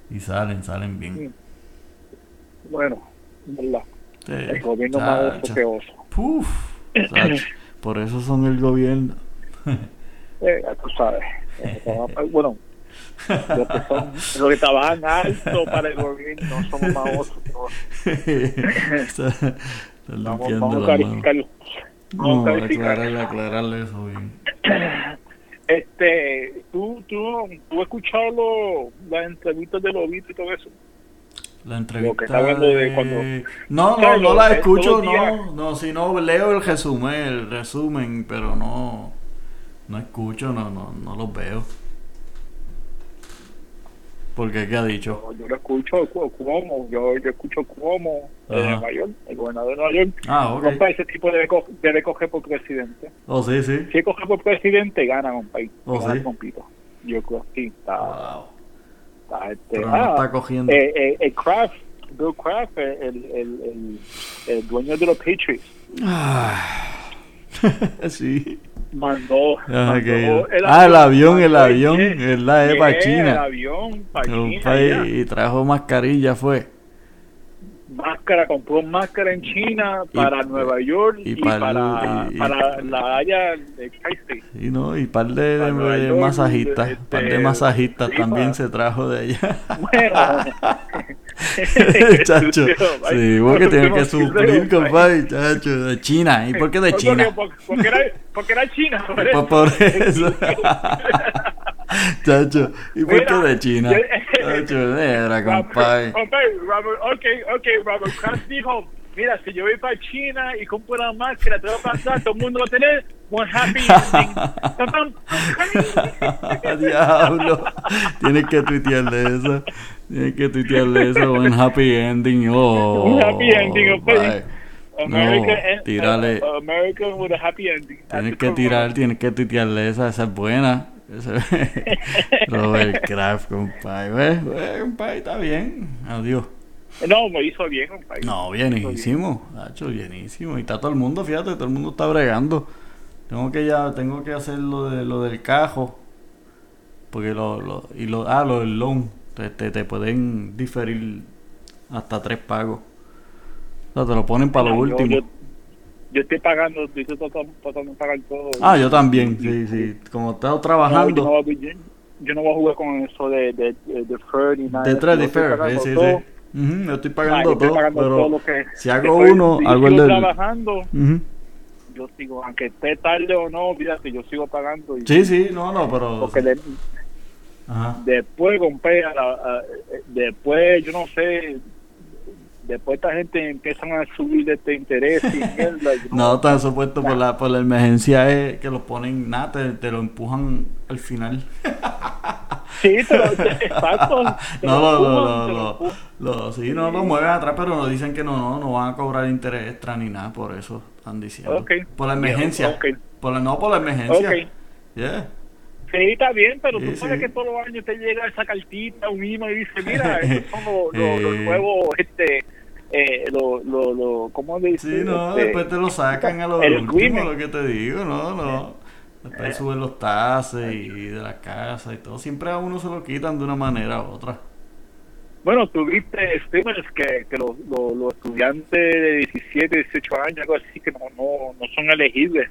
[SPEAKER 2] y salen, salen bien.
[SPEAKER 1] Bueno, ¿verdad?
[SPEAKER 2] Sí,
[SPEAKER 1] El gobierno más oso
[SPEAKER 2] chacho.
[SPEAKER 1] que oso.
[SPEAKER 2] Puf, chacho. por eso son el gobierno.
[SPEAKER 1] Eh, ya tú sabes. Eh, trabaja- bueno, los que, son, los que trabajan alto para el gobierno somos más osos. que osos.
[SPEAKER 2] Está- está
[SPEAKER 1] Vamos,
[SPEAKER 2] limpiando
[SPEAKER 1] vamos a
[SPEAKER 2] la mano.
[SPEAKER 1] calificarlo.
[SPEAKER 2] No,
[SPEAKER 1] vamos a calificar.
[SPEAKER 2] aclararle, aclararle eso bien.
[SPEAKER 1] Este, tú, tú, tú has escuchado lo- las entrevistas de Lobito y todo eso.
[SPEAKER 2] La entrevista.
[SPEAKER 1] Lo que está hablando de cuando-
[SPEAKER 2] No, no, no
[SPEAKER 1] Carlos,
[SPEAKER 2] la
[SPEAKER 1] eh,
[SPEAKER 2] escucho,
[SPEAKER 1] todo el día-
[SPEAKER 2] no. No, si no leo el resumen, el resumen, pero no. No escucho, no, no, no los veo. Porque qué ha dicho.
[SPEAKER 1] Yo lo escucho cu- Cuomo, yo, yo escucho Cuomo de
[SPEAKER 2] Ajá.
[SPEAKER 1] Nueva York, el gobernador de Nueva York.
[SPEAKER 2] Ah, ok.
[SPEAKER 1] Compa, ese tipo debe, co- debe coger por presidente.
[SPEAKER 2] Oh, sí, sí.
[SPEAKER 1] Si coge por presidente, gana, compa. y
[SPEAKER 2] Oh,
[SPEAKER 1] gana,
[SPEAKER 2] sí.
[SPEAKER 1] compito. Yo creo que sí, está,
[SPEAKER 2] Wow.
[SPEAKER 1] está, este,
[SPEAKER 2] Pero
[SPEAKER 1] ah,
[SPEAKER 2] no está cogiendo.
[SPEAKER 1] eh, eh, eh, Kraft, Bill Kraft, eh, el, el, el, el dueño de los Patriots,
[SPEAKER 2] Ah. sí.
[SPEAKER 1] mandó,
[SPEAKER 2] Ah,
[SPEAKER 1] mandó
[SPEAKER 2] ok. Ah, el avión, el
[SPEAKER 1] mandó
[SPEAKER 2] avión,
[SPEAKER 1] jet,
[SPEAKER 2] ¿verdad? Es E
[SPEAKER 1] jet,
[SPEAKER 2] para
[SPEAKER 1] El
[SPEAKER 2] China.
[SPEAKER 1] avión, para
[SPEAKER 2] El
[SPEAKER 1] China,
[SPEAKER 2] país-
[SPEAKER 1] ya.
[SPEAKER 2] Y trajo mascarilla, fue.
[SPEAKER 1] máscara, compró máscara en China
[SPEAKER 2] Y-
[SPEAKER 1] para Nueva York
[SPEAKER 2] y
[SPEAKER 1] y,
[SPEAKER 2] para-
[SPEAKER 1] para,
[SPEAKER 2] y-
[SPEAKER 1] para la área de Kaisei.
[SPEAKER 2] Y no, y par de,
[SPEAKER 1] Para Nueva
[SPEAKER 2] de
[SPEAKER 1] York,
[SPEAKER 2] masajistas,
[SPEAKER 1] este,
[SPEAKER 2] par de masajistas
[SPEAKER 1] sí,
[SPEAKER 2] también
[SPEAKER 1] para-
[SPEAKER 2] se trajo de allá.
[SPEAKER 1] Bueno,
[SPEAKER 2] chacho, sí, vos que tienes que suplir, compadre, chacho, de China. ¿Y por qué de China?
[SPEAKER 1] Porque, porque era, porque era China. por
[SPEAKER 2] Pues
[SPEAKER 1] eso.
[SPEAKER 2] por eso. Chacho, ¿y por qué
[SPEAKER 1] Mira,
[SPEAKER 2] de China?
[SPEAKER 1] yo-
[SPEAKER 2] Chacho, negra, compadre.
[SPEAKER 1] Robert, Robert, ok, ok, Robert Kraft dijo, mira, si yo voy para China y compro la máscara, te va a pasar, todo el mundo va a tener one happy ending. Tan, tan, tan.
[SPEAKER 2] Diablo, tienes que tuitearle eso. Tienes que tuitearle eso. Un happy ending. Oh,
[SPEAKER 1] Un happy ending, ok.
[SPEAKER 2] bye.
[SPEAKER 1] America en-
[SPEAKER 2] tírale.
[SPEAKER 1] uh, American with a happy ending.
[SPEAKER 2] Tienes
[SPEAKER 1] Así
[SPEAKER 2] que
[SPEAKER 1] como-
[SPEAKER 2] tirar, tienes que tuitearle esa. Esa es buena. Esa- Robert Kraft, compadre. Ve, ve, compadre, está bien. Adiós.
[SPEAKER 1] No, me hizo bien, compadre.
[SPEAKER 2] No, bienísimo, Nacho, bienísimo. Y está todo el mundo, fíjate, todo el mundo está bregando. Tengo que ya, tengo que hacer lo de lo del cajo. Porque lo, lo, y lo, ah, lo del loan. Te, te, te pueden diferir hasta tres pagos. O sea, te lo ponen para
[SPEAKER 1] No,
[SPEAKER 2] lo
[SPEAKER 1] yo-
[SPEAKER 2] último.
[SPEAKER 1] Yo, yo estoy pagando, yo estoy tratando tratando de pagar todo.
[SPEAKER 2] ah, yo también, sí, sí. Como he estado
[SPEAKER 1] No, yo,
[SPEAKER 2] trabajando.
[SPEAKER 1] no voy, yo, yo no voy a jugar con eso de, de, de, de Fred ni nada.
[SPEAKER 2] Te
[SPEAKER 1] de eso. Yo estoy
[SPEAKER 2] trae defer,
[SPEAKER 1] pagando
[SPEAKER 2] sí, sí,
[SPEAKER 1] todo.
[SPEAKER 2] sí. Ujú, yo estoy pagando
[SPEAKER 1] Ah, yo estoy
[SPEAKER 2] todo,
[SPEAKER 1] pagando
[SPEAKER 2] pero
[SPEAKER 1] todo lo que-
[SPEAKER 2] si hago
[SPEAKER 1] después,
[SPEAKER 2] uno,
[SPEAKER 1] si
[SPEAKER 2] hago
[SPEAKER 1] sigo
[SPEAKER 2] el del...
[SPEAKER 1] trabajando,
[SPEAKER 2] Ujú.
[SPEAKER 1] yo sigo, aunque esté tarde o no, fíjate, yo sigo pagando. Y,
[SPEAKER 2] Sí, sí, no, no, pero...
[SPEAKER 1] Porque de-
[SPEAKER 2] Ajá.
[SPEAKER 1] después compré, a la, a- eh, después, yo no sé, después esta gente empiezan a subir de este interés y mierda. yo
[SPEAKER 2] No, tan supuesto por la, por la emergencia es que los ponen, nada, te, te lo empujan al final.
[SPEAKER 1] Sí, te lo, te- exacto. te lo
[SPEAKER 2] No, no, no,
[SPEAKER 1] empujan, te lo
[SPEAKER 2] no,
[SPEAKER 1] empujan.
[SPEAKER 2] no, sí, no, lo mueven atrás, pero nos dicen que no, no, no van a cobrar interés extra ni nada, por eso están diciendo.
[SPEAKER 1] Ok.
[SPEAKER 2] Por la emergencia.
[SPEAKER 1] Ok.
[SPEAKER 2] Por la, no, por la emergencia.
[SPEAKER 1] Ok.
[SPEAKER 2] Yeah.
[SPEAKER 1] Sí, está bien, pero
[SPEAKER 2] Sí,
[SPEAKER 1] tú sabes
[SPEAKER 2] sí.
[SPEAKER 1] que todos los años te llega esa cartita, un email y dice, mira, estos son los, los- los
[SPEAKER 2] Eh.
[SPEAKER 1] nuevos, este, eh, lo, lo, lo, ¿cómo le dicen?
[SPEAKER 2] Sí, no,
[SPEAKER 1] Este,
[SPEAKER 2] después te lo sacan a lo
[SPEAKER 1] el Eh,
[SPEAKER 2] último,
[SPEAKER 1] crimen.
[SPEAKER 2] lo que te digo, no, no. Después suben los tases y de la casa y todo. Siempre a uno se lo quitan de una manera u otra.
[SPEAKER 1] Bueno, tuviste streamers que, que los, los, los estudiantes de 17, 18 años, algo así, que no, no, no son elegibles.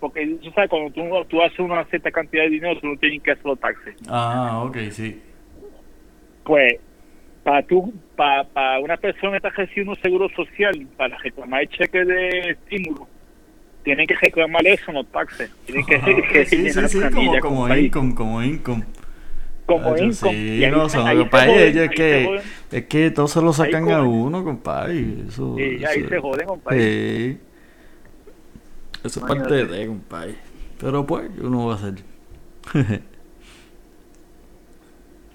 [SPEAKER 1] porque tú sabes cuando tú, tú haces una cierta cantidad de dinero tú no tienes que hacer los taxes
[SPEAKER 2] Ah, ok, sí.
[SPEAKER 1] pues para tú para, para una persona que está recibiendo un seguro social para reclamar el cheque de estímulo tienen que reclamar eso en los taxes tienen que,
[SPEAKER 2] Ajá,
[SPEAKER 1] que
[SPEAKER 2] Ah, sí, sí,
[SPEAKER 1] llenar
[SPEAKER 2] sí, como,
[SPEAKER 1] planillas,
[SPEAKER 2] como
[SPEAKER 1] ahí,
[SPEAKER 2] income, como income.
[SPEAKER 1] como
[SPEAKER 2] Chacho,
[SPEAKER 1] income.
[SPEAKER 2] Sí,
[SPEAKER 1] Y ahí
[SPEAKER 2] no,
[SPEAKER 1] se-
[SPEAKER 2] son-
[SPEAKER 1] ahí se
[SPEAKER 2] compadre,
[SPEAKER 1] joden,
[SPEAKER 2] ellos
[SPEAKER 1] ahí
[SPEAKER 2] es
[SPEAKER 1] se
[SPEAKER 2] que,
[SPEAKER 1] joden.
[SPEAKER 2] es que todos se lo sacan a
[SPEAKER 1] cogen.
[SPEAKER 2] uno, compadre. Eso,
[SPEAKER 1] Sí, ahí
[SPEAKER 2] eso-
[SPEAKER 1] se joden, compadre.
[SPEAKER 2] Sí. Eso es parte
[SPEAKER 1] Imagínate.
[SPEAKER 2] de, compadre. Pero pues, ¿qué uno va a hacer?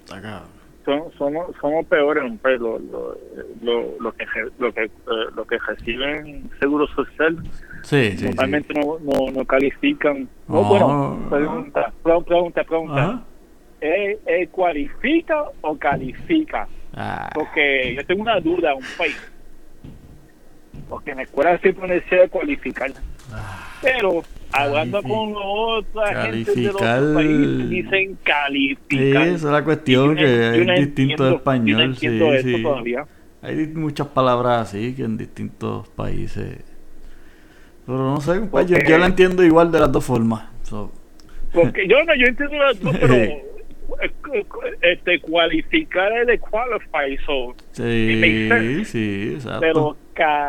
[SPEAKER 2] Está cabrón.
[SPEAKER 1] Son- somos, somos peores, hombre, lo, lo, lo, lo que, re- lo, que, eh, lo que reciben seguro social.
[SPEAKER 2] Sí, sí, sí.
[SPEAKER 1] Normalmente no, no, no califican. No,
[SPEAKER 2] No.
[SPEAKER 1] bueno, pregunta, pre- pregunta, pregunta.
[SPEAKER 2] Ajá.
[SPEAKER 1] ¿Eh, eh, ¿Cualifica o califica?
[SPEAKER 2] Ah,
[SPEAKER 1] Porque yo tengo una duda, un país. Porque en la escuela siempre me decía cualificar.
[SPEAKER 2] Ah,
[SPEAKER 1] Pero hablando
[SPEAKER 2] Califi-
[SPEAKER 1] con otra gente de los
[SPEAKER 2] calificar.
[SPEAKER 1] otros países, dicen
[SPEAKER 2] sí,
[SPEAKER 1] calificar.
[SPEAKER 2] esa es la cuestión,
[SPEAKER 1] Yo
[SPEAKER 2] que
[SPEAKER 1] no- yo
[SPEAKER 2] hay
[SPEAKER 1] no
[SPEAKER 2] distinto
[SPEAKER 1] entiendo-
[SPEAKER 2] de español.
[SPEAKER 1] Yo no entiendo
[SPEAKER 2] sí,
[SPEAKER 1] eso
[SPEAKER 2] sí.
[SPEAKER 1] todavía.
[SPEAKER 2] Hay di- muchas palabras así que en distintos países. Pero no sé, compadre, yo-
[SPEAKER 1] Ok.
[SPEAKER 2] yo, la entiendo igual de las dos formas. So,
[SPEAKER 1] Porque yo no, yo entiendo las dos, pero eh, eh, este, cualificar es de qualify, so,
[SPEAKER 2] sí,
[SPEAKER 1] makes sense.
[SPEAKER 2] sí, exacto.
[SPEAKER 1] pero calificar.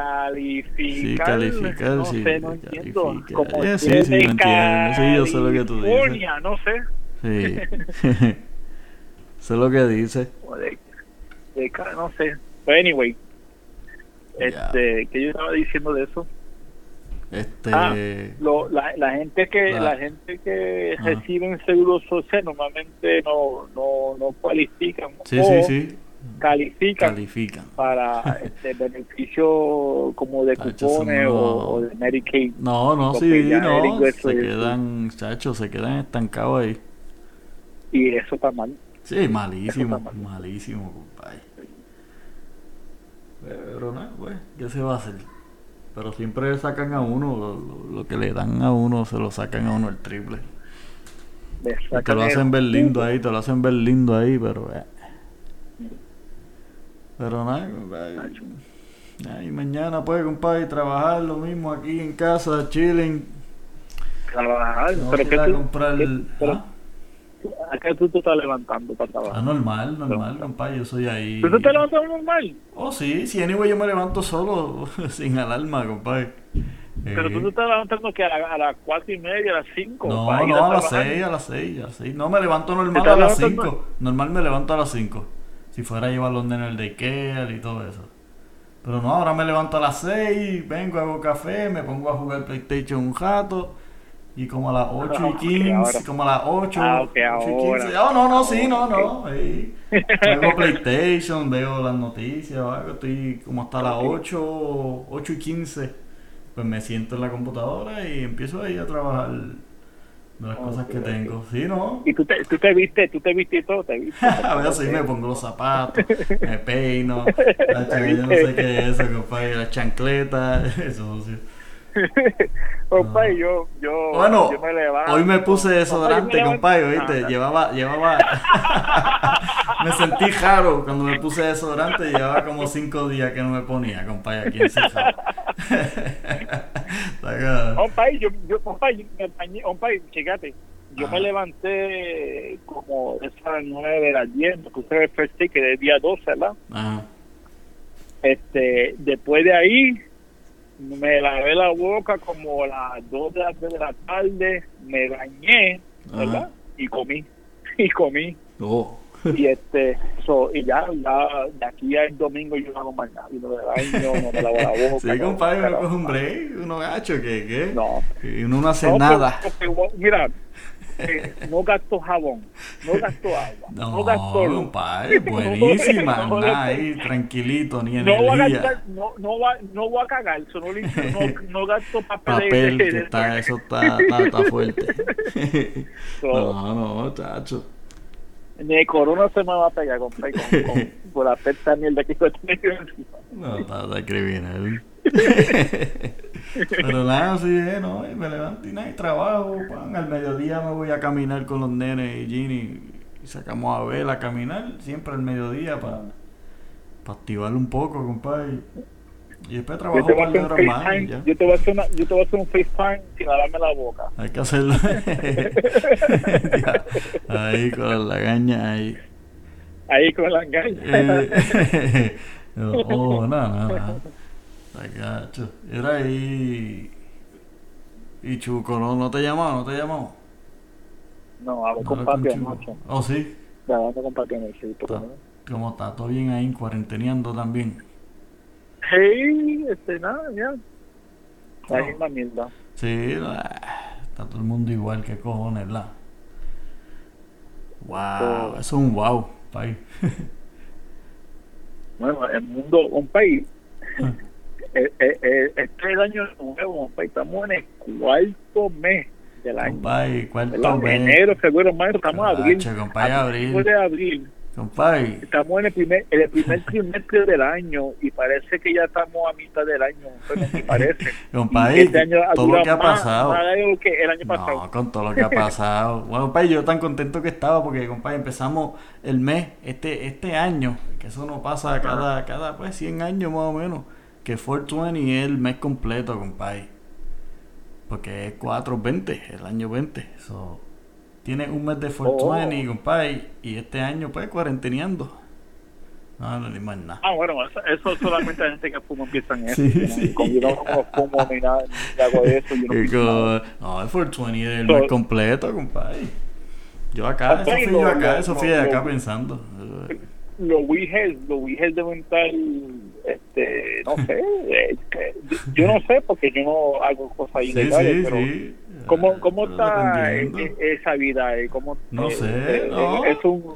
[SPEAKER 2] Ah, pues. Sí, calificar,
[SPEAKER 1] no
[SPEAKER 2] sí,
[SPEAKER 1] Sé, no entiendo.
[SPEAKER 2] calificar.
[SPEAKER 1] Como
[SPEAKER 2] Eh, sí,
[SPEAKER 1] tiene
[SPEAKER 2] sí, lo entiendo. Sí, yo sé lo que tú dices.
[SPEAKER 1] California, no sé.
[SPEAKER 2] Sí. Eso es lo que dice.
[SPEAKER 1] o de- de ca- no sé. Pero anyway,
[SPEAKER 2] Ya.
[SPEAKER 1] este, ¿qué yo estaba diciendo de eso?
[SPEAKER 2] Este.
[SPEAKER 1] Ah, lo, la, la gente que
[SPEAKER 2] La-
[SPEAKER 1] la gente que
[SPEAKER 2] Ajá.
[SPEAKER 1] recibe un seguro social normalmente no no no cualifican
[SPEAKER 2] sí,
[SPEAKER 1] o
[SPEAKER 2] sí, sí.
[SPEAKER 1] califican
[SPEAKER 2] Califican.
[SPEAKER 1] para este beneficio como de
[SPEAKER 2] Tacho,
[SPEAKER 1] cupones
[SPEAKER 2] Ah, eso no.
[SPEAKER 1] o, o de Medicaid.
[SPEAKER 2] No, no,
[SPEAKER 1] Los
[SPEAKER 2] sí,
[SPEAKER 1] pillan,
[SPEAKER 2] no.
[SPEAKER 1] Eric, pues, eso
[SPEAKER 2] Se
[SPEAKER 1] es-
[SPEAKER 2] quedan, chacho, se quedan estancados ahí.
[SPEAKER 1] Y eso está mal.
[SPEAKER 2] Sí, malísimo,
[SPEAKER 1] Eso está
[SPEAKER 2] malísimo, compadre. Pero nada, pues, ¿qué se va a hacer? Pero siempre le sacan a uno, lo, lo- lo que le dan a uno, se lo sacan a uno el triple.
[SPEAKER 1] Le
[SPEAKER 2] Y te
[SPEAKER 1] sacan
[SPEAKER 2] lo
[SPEAKER 1] el
[SPEAKER 2] hacen ver
[SPEAKER 1] jugo.
[SPEAKER 2] lindo ahí, te lo hacen ver lindo ahí, pero... eh. Pero nada, compadre. Ahí mañana pues, compadre, trabajar lo mismo aquí en casa, chilling.
[SPEAKER 1] Trabajar.
[SPEAKER 2] No
[SPEAKER 1] pero
[SPEAKER 2] que
[SPEAKER 1] que
[SPEAKER 2] ir a
[SPEAKER 1] tú,
[SPEAKER 2] comprar...
[SPEAKER 1] qué- pero
[SPEAKER 2] ¿Ah?
[SPEAKER 1] ¿a qué tú te estás levantando para
[SPEAKER 2] Ah,
[SPEAKER 1] trabajar?
[SPEAKER 2] normal, normal, compadre, yo soy ahí.
[SPEAKER 1] ¿Tú te levantas normal?
[SPEAKER 2] Oh, sí, si anyway yo me levanto solo, sin alarma, compadre.
[SPEAKER 1] Pero tú te
[SPEAKER 2] Eh,
[SPEAKER 1] estás levantando que a la- a las cuatro y media, a las cinco.
[SPEAKER 2] No,
[SPEAKER 1] para ir
[SPEAKER 2] no, a las
[SPEAKER 1] trabajar.
[SPEAKER 2] 6, a las 6, a las 6. No, me levanto
[SPEAKER 1] ¿Te
[SPEAKER 2] normal
[SPEAKER 1] estás
[SPEAKER 2] a las
[SPEAKER 1] levantando?
[SPEAKER 2] 5. Normal me levanto a las 5. Si fuera a llevar los nenes al daycare y todo eso. Pero no, ahora me levanto a las 6, vengo, hago café, me pongo a jugar PlayStation un rato. Y como a las 8
[SPEAKER 1] Ah,
[SPEAKER 2] y 15,
[SPEAKER 1] ahora.
[SPEAKER 2] como a las 8,
[SPEAKER 1] Ah, ok,
[SPEAKER 2] y
[SPEAKER 1] ahora.
[SPEAKER 2] Oh, no, no, sí, no, no.
[SPEAKER 1] Ok.
[SPEAKER 2] ahí. Juego PlayStation, veo las noticias, o algo, estoy como hasta las
[SPEAKER 1] Ok.
[SPEAKER 2] 8, 8 y 15. Pues me siento en la computadora y empiezo ahí a trabajar de las
[SPEAKER 1] Ah,
[SPEAKER 2] cosas
[SPEAKER 1] ok,
[SPEAKER 2] que
[SPEAKER 1] ok.
[SPEAKER 2] tengo. Sí, ¿no?
[SPEAKER 1] Y tú te, tú te viste, tú te viste y todo, te viste.
[SPEAKER 2] A ver si me pongo los zapatos, me peino, la chaqueta, yo no sé qué es eso, compadre, la chancleta, eso. sí.
[SPEAKER 1] Compadre, yo, yo,
[SPEAKER 2] Bueno,
[SPEAKER 1] yo me levanto.
[SPEAKER 2] hoy me puse eso
[SPEAKER 1] Compadre, yo me
[SPEAKER 2] delante,
[SPEAKER 1] levanto-
[SPEAKER 2] compadre, ¿oíste?
[SPEAKER 1] Ah,
[SPEAKER 2] Llevaba, llevaba... me sentí raro cuando me puse desodorante. Llevaba como cinco días que no me ponía, compadre, aquí en Cijao. Saca-
[SPEAKER 1] Compadre, yo, yo, compadre, yo me bañé, compadre, chécate. Yo
[SPEAKER 2] Ah.
[SPEAKER 1] me levanté como de esas nueve de las 10, me puse el first ticket del día 12, ¿verdad?
[SPEAKER 2] Ajá.
[SPEAKER 1] Este, después de ahí, me lavé la boca como a las 2 de la, de la tarde, me bañé, ¿verdad?
[SPEAKER 2] Ajá.
[SPEAKER 1] Y comí, y comí.
[SPEAKER 2] Oh.
[SPEAKER 1] y este so, y ya, ya de aquí al domingo yo no hago más nada yo no me baño no me lavo la boca
[SPEAKER 2] Sí,
[SPEAKER 1] no,
[SPEAKER 2] compadre,
[SPEAKER 1] no,
[SPEAKER 2] uno coge un break, uno gacho, ¿qué? qué?
[SPEAKER 1] no
[SPEAKER 2] Y uno no hace
[SPEAKER 1] No, pues,
[SPEAKER 2] nada.
[SPEAKER 1] porque- porque, mira eh, no gasto jabón no gasto agua no,
[SPEAKER 2] No,
[SPEAKER 1] gasto luz
[SPEAKER 2] compadre, buenísima.
[SPEAKER 1] No,
[SPEAKER 2] nada ahí, tranquilito, ni
[SPEAKER 1] no voy a
[SPEAKER 2] energía.
[SPEAKER 1] gastar no, no, va, no voy a cagar eso no, limpio, no, no gasto papel,
[SPEAKER 2] Papel,
[SPEAKER 1] de-
[SPEAKER 2] que
[SPEAKER 1] de-
[SPEAKER 2] está, eso está, está, está fuerte.
[SPEAKER 1] So,
[SPEAKER 2] No, no, chacho.
[SPEAKER 1] ni el corona se me va a pegar compadre, con, con, con la pesta de mierda este que yo tengo encima.
[SPEAKER 2] No, está, está criminal. Pero nada, sí, eh, no, y me levanto y nada, y trabajo, pan. Al mediodía me voy a caminar con los nenes y Ginny y sacamos a Abel a caminar, siempre al mediodía para activar un poco, compadre. Y
[SPEAKER 1] yo
[SPEAKER 2] después trabajo
[SPEAKER 1] te
[SPEAKER 2] un
[SPEAKER 1] voy a
[SPEAKER 2] par de
[SPEAKER 1] hacer un
[SPEAKER 2] horas más y
[SPEAKER 1] FaceTime
[SPEAKER 2] ya.
[SPEAKER 1] yo te voy a hacer una- yo te voy a hacer un FaceTime sin lavarme la boca
[SPEAKER 2] Hay que hacerlo. Ya, ahí con la gaña ahí.
[SPEAKER 1] Ahí con la engancha.
[SPEAKER 2] Eh, oh, no, no, no. Está gacho. Era ahí. Y Chuco, no, no te llamaba, no te llamaba.
[SPEAKER 1] No, hablo
[SPEAKER 2] No
[SPEAKER 1] con
[SPEAKER 2] era
[SPEAKER 1] papi
[SPEAKER 2] con Chuco.
[SPEAKER 1] anoche.
[SPEAKER 2] Oh, sí.
[SPEAKER 1] Grabando con papi anoche.
[SPEAKER 2] Está. Como está todo bien ahí, cuarenteneando también.
[SPEAKER 1] Hey, este, nada, ya. La
[SPEAKER 2] No.
[SPEAKER 1] misma mierda.
[SPEAKER 2] Sí, ah, está todo el mundo igual, que cojones, la. Wow, eso
[SPEAKER 1] Sí.
[SPEAKER 2] es un wow, país.
[SPEAKER 1] Bueno, el mundo, un país.
[SPEAKER 2] Ah.
[SPEAKER 1] Eh, eh, eh, Este es el año nuevo, un país. Estamos en el cuarto mes del año.
[SPEAKER 2] Compadre, cuarto
[SPEAKER 1] ¿verdad?
[SPEAKER 2] mes.
[SPEAKER 1] Enero, febrero, marzo, estamos en abril.
[SPEAKER 2] Cacho, compadre, abril.
[SPEAKER 1] Después de abril.
[SPEAKER 2] Compadre,
[SPEAKER 1] Estamos en el primer, en el primer trimestre del año y parece que ya estamos a mitad del año, pero me parece.
[SPEAKER 2] Compadre,
[SPEAKER 1] Y este año ha
[SPEAKER 2] todo lo que ha
[SPEAKER 1] durado más-
[SPEAKER 2] pasado.
[SPEAKER 1] más año que el año
[SPEAKER 2] No,
[SPEAKER 1] pasado.
[SPEAKER 2] con todo lo que ha pasado. Bueno, compadre, yo tan contento que estaba porque, compadre, empezamos el mes, este, este año, que eso no pasa cada, cada, pues, 100 años más o menos, que 420 es el mes completo, compadre. Porque es 420, el año 20. So, tiene un mes de
[SPEAKER 1] Oh.
[SPEAKER 2] 420, compadre, y este año, pues, cuarenteneando. No, no, ni más nada.
[SPEAKER 1] Ah, bueno, eso, eso solamente la gente que fuma empiezan eso.
[SPEAKER 2] Sí,
[SPEAKER 1] ¿no?
[SPEAKER 2] sí.
[SPEAKER 1] Como yo no como fumo ni nada, ni hago eso, yo no
[SPEAKER 2] Que
[SPEAKER 1] pienso nada.
[SPEAKER 2] co- No, el 420 es el
[SPEAKER 1] So-
[SPEAKER 2] mes completo, compadre. Yo acá, eso
[SPEAKER 1] Compadre,
[SPEAKER 2] fui yo
[SPEAKER 1] lo-
[SPEAKER 2] acá,
[SPEAKER 1] lo-
[SPEAKER 2] eso
[SPEAKER 1] lo-
[SPEAKER 2] fui de acá
[SPEAKER 1] lo-
[SPEAKER 2] pensando.
[SPEAKER 1] Los wijes, los wijes deben estar, este, no sé, eh, que- yo no sé porque yo no hago cosas
[SPEAKER 2] Sí,
[SPEAKER 1] ilegales,
[SPEAKER 2] sí,
[SPEAKER 1] pero
[SPEAKER 2] sí. Eh,
[SPEAKER 1] ¿Cómo, cómo
[SPEAKER 2] Pero
[SPEAKER 1] está eh,
[SPEAKER 2] dependiendo.
[SPEAKER 1] eh, esa vida? eh? ¿Cómo,
[SPEAKER 2] No
[SPEAKER 1] eh,
[SPEAKER 2] sé,
[SPEAKER 1] eh,
[SPEAKER 2] ¿no?
[SPEAKER 1] Es un,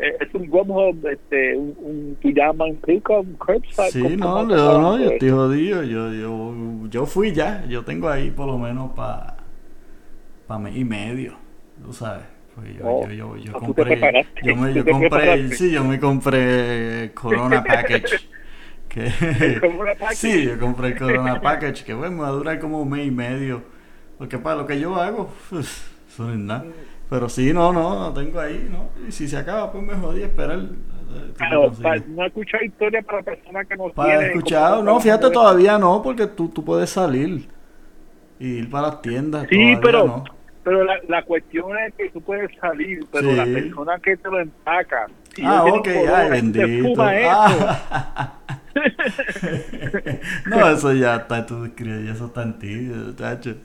[SPEAKER 1] eh, es un Grubhub, este, un, un que llaman pickup, curbside.
[SPEAKER 2] Sí,
[SPEAKER 1] como-
[SPEAKER 2] no,
[SPEAKER 1] como-
[SPEAKER 2] Leo, no, yo
[SPEAKER 1] eh,
[SPEAKER 2] estoy jodido. Yo, yo, yo fui ya. Yo tengo ahí por lo menos para pa mes y medio. Tú sabes. Pues yo,
[SPEAKER 1] Oh,
[SPEAKER 2] yo, yo, yo
[SPEAKER 1] ah, tú te
[SPEAKER 2] compré.
[SPEAKER 1] preparaste,
[SPEAKER 2] Yo me
[SPEAKER 1] tú
[SPEAKER 2] yo
[SPEAKER 1] te
[SPEAKER 2] compré.
[SPEAKER 1] preparaste.
[SPEAKER 2] Sí, yo me compré Corona Package. que-
[SPEAKER 1] Corona Package.
[SPEAKER 2] sí, yo compré el Corona Package. Que bueno, me va a durar como un mes y medio. Porque para lo que yo hago, pues, eso no es nada. Pero sí, no, no, lo tengo ahí, ¿no? Y si se acaba, pues me jodí esperar. eh,
[SPEAKER 1] Claro,
[SPEAKER 2] conseguir.
[SPEAKER 1] para no escuchar historia para personas que no
[SPEAKER 2] Para
[SPEAKER 1] tienen.
[SPEAKER 2] escuchar,
[SPEAKER 1] como-
[SPEAKER 2] no, fíjate, todavía no, porque tú, tú puedes salir y ir para las tiendas.
[SPEAKER 1] Sí,
[SPEAKER 2] todavía
[SPEAKER 1] pero,
[SPEAKER 2] no.
[SPEAKER 1] pero la, la cuestión es que tú puedes salir, pero
[SPEAKER 2] Sí.
[SPEAKER 1] la persona que te lo empaca. si
[SPEAKER 2] ah,
[SPEAKER 1] no
[SPEAKER 2] ok,
[SPEAKER 1] tiene color,
[SPEAKER 2] ay,
[SPEAKER 1] ahí te
[SPEAKER 2] bendito.
[SPEAKER 1] fuma eso.
[SPEAKER 2] Ah. no, eso ya está, tú escribes, ya eso está en ti, tacho.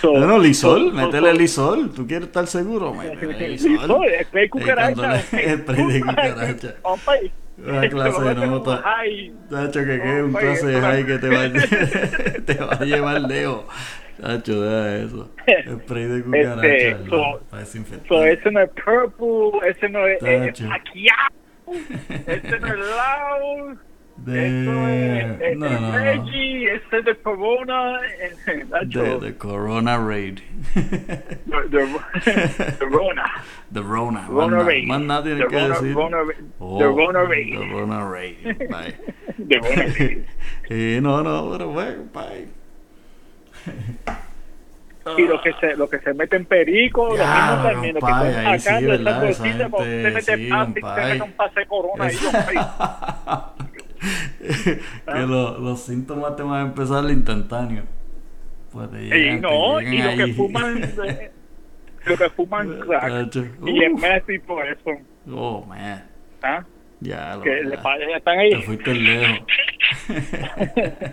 [SPEAKER 1] So,
[SPEAKER 2] bueno,
[SPEAKER 1] so,
[SPEAKER 2] lisol,
[SPEAKER 1] so,
[SPEAKER 2] métele
[SPEAKER 1] so.
[SPEAKER 2] lisol, tú quieres estar seguro, métele lisol.
[SPEAKER 1] Lisol, spray de
[SPEAKER 2] Eh, cuando
[SPEAKER 1] cucaracha.
[SPEAKER 2] le- spray de cucaracha.
[SPEAKER 1] Opa, y-
[SPEAKER 2] Una clase de
[SPEAKER 1] te lo meten
[SPEAKER 2] nota.
[SPEAKER 1] un high.
[SPEAKER 2] Tacho, que quede un
[SPEAKER 1] Oye,
[SPEAKER 2] clase de
[SPEAKER 1] para-
[SPEAKER 2] high que te va, a- te va a llevar lejos. Tacho, deja eso. Spray de cucaracha.
[SPEAKER 1] Este,
[SPEAKER 2] ¿no?
[SPEAKER 1] so-
[SPEAKER 2] para desinfectar.
[SPEAKER 1] So, ese no es purple, ese no es es
[SPEAKER 2] Tacho.
[SPEAKER 1] Pacquiao, ese no es loud,
[SPEAKER 2] de...
[SPEAKER 1] ese es,
[SPEAKER 2] Eh, no,
[SPEAKER 1] ese
[SPEAKER 2] no,
[SPEAKER 1] es
[SPEAKER 2] no.
[SPEAKER 1] Reggie, ese es de Corona, eh, tacho,
[SPEAKER 2] De, de Corona Raid.
[SPEAKER 1] de- de- de Rona.
[SPEAKER 2] The Rona. más
[SPEAKER 1] Rona
[SPEAKER 2] nada-
[SPEAKER 1] Raid.
[SPEAKER 2] Más nada tiene
[SPEAKER 1] The
[SPEAKER 2] que
[SPEAKER 1] Rona-
[SPEAKER 2] decir.
[SPEAKER 1] Rona-
[SPEAKER 2] Oh,
[SPEAKER 1] The Rona Raid.
[SPEAKER 2] The Rona Raid. Bye.
[SPEAKER 1] De Rona Raid.
[SPEAKER 2] Eh, no, no, pero bueno, bye.
[SPEAKER 1] Y los que se, los que se meten perico, los
[SPEAKER 2] Ya,
[SPEAKER 1] mismos también, los que
[SPEAKER 2] compay,
[SPEAKER 1] están
[SPEAKER 2] ahí sí,
[SPEAKER 1] sacando
[SPEAKER 2] ¿verdad?
[SPEAKER 1] esas
[SPEAKER 2] Esa
[SPEAKER 1] bolsitas, cuando
[SPEAKER 2] gente,
[SPEAKER 1] se mete plástico,
[SPEAKER 2] sí,
[SPEAKER 1] se
[SPEAKER 2] compay.
[SPEAKER 1] mete un pase de corona ahí, compay.
[SPEAKER 2] que lo- los síntomas te van a empezar al instantáneo. Pues te llegan,
[SPEAKER 1] Y no,
[SPEAKER 2] te
[SPEAKER 1] y
[SPEAKER 2] llegan
[SPEAKER 1] los que
[SPEAKER 2] ahí.
[SPEAKER 1] fuman, eh, los que fuman crack.
[SPEAKER 2] Tacho,
[SPEAKER 1] Y es
[SPEAKER 2] uf.
[SPEAKER 1] Messi por eso,
[SPEAKER 2] Oh, man.
[SPEAKER 1] ¿ah?
[SPEAKER 2] Ya, lo-
[SPEAKER 1] Que le
[SPEAKER 2] ya.
[SPEAKER 1] pa- ya están
[SPEAKER 2] Te
[SPEAKER 1] ahí.
[SPEAKER 2] fuiste lejos.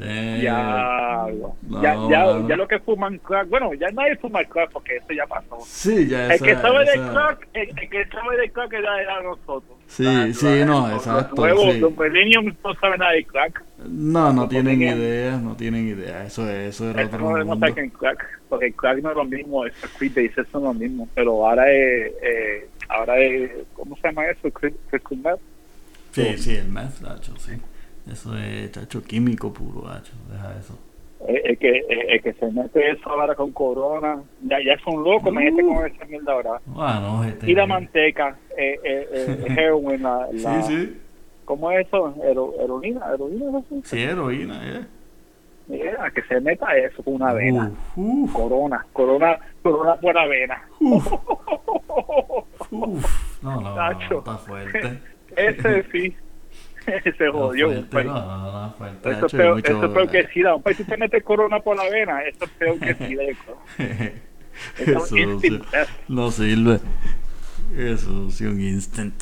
[SPEAKER 2] Eh,
[SPEAKER 1] Ya,
[SPEAKER 2] No,
[SPEAKER 1] ya, ya,
[SPEAKER 2] mano.
[SPEAKER 1] ya los que fuman crack, bueno, ya nadie fuma crack porque eso ya pasó.
[SPEAKER 2] Sí, ya
[SPEAKER 1] El
[SPEAKER 2] esa-
[SPEAKER 1] que sabe de
[SPEAKER 2] esa-
[SPEAKER 1] crack, el, el que sabe de crack era, era nosotros.
[SPEAKER 2] Sí,
[SPEAKER 1] Ah,
[SPEAKER 2] sí,
[SPEAKER 1] los-
[SPEAKER 2] no,
[SPEAKER 1] los
[SPEAKER 2] exacto,
[SPEAKER 1] nuevos,
[SPEAKER 2] sí.
[SPEAKER 1] Los millennials no saben nada de crack.
[SPEAKER 2] No, no
[SPEAKER 1] Lo
[SPEAKER 2] tienen
[SPEAKER 1] ponían.
[SPEAKER 2] idea, no tienen idea. Eso, es- eso era
[SPEAKER 1] Eso
[SPEAKER 2] otro
[SPEAKER 1] no lo
[SPEAKER 2] mundo.
[SPEAKER 1] vemos en crack, porque el crack no es lo mismo, es Creed Days, eso no es lo mismo, pero ahora es, eh, ahora es, ¿cómo se llama eso? Cre- Crystal meth.
[SPEAKER 2] Sí, sí, el meth, tacho, sí. Eso es, tacho, químico puro, tacho. Deja eso.
[SPEAKER 1] Eh, El que, eh, el que se mete eso ahora con corona, ya, ya son locos, me gente
[SPEAKER 2] Mm.
[SPEAKER 1] con esa mierda ahora.
[SPEAKER 2] Bueno, este...
[SPEAKER 1] Y la manteca, eh, eh, eh, heroin, la, la-
[SPEAKER 2] Sí, sí.
[SPEAKER 1] ¿cómo es eso? Hero- heroína, heroína, ¿no?
[SPEAKER 2] Sí, heroína, ¿eh?
[SPEAKER 1] Mira, que se meta eso con una vena.
[SPEAKER 2] Mm. Uf, uf,
[SPEAKER 1] Corona, corona, corona por avena.
[SPEAKER 2] uf, uf. No, no, no,
[SPEAKER 1] Tacho.
[SPEAKER 2] está fuerte.
[SPEAKER 1] Ese sí, se
[SPEAKER 2] Está
[SPEAKER 1] jodió. pues.
[SPEAKER 2] fuerte, no, no, no, fuerte,
[SPEAKER 1] Eso es
[SPEAKER 2] tacho, y
[SPEAKER 1] peor,
[SPEAKER 2] mucho- eh.
[SPEAKER 1] eso es peor que SIDA. Un país tú te metes corona por la vena, eso es peor que SIDA. yo creo. Eso es
[SPEAKER 2] Eso
[SPEAKER 1] un instant death.
[SPEAKER 2] no sirve. Eso sí, un instant.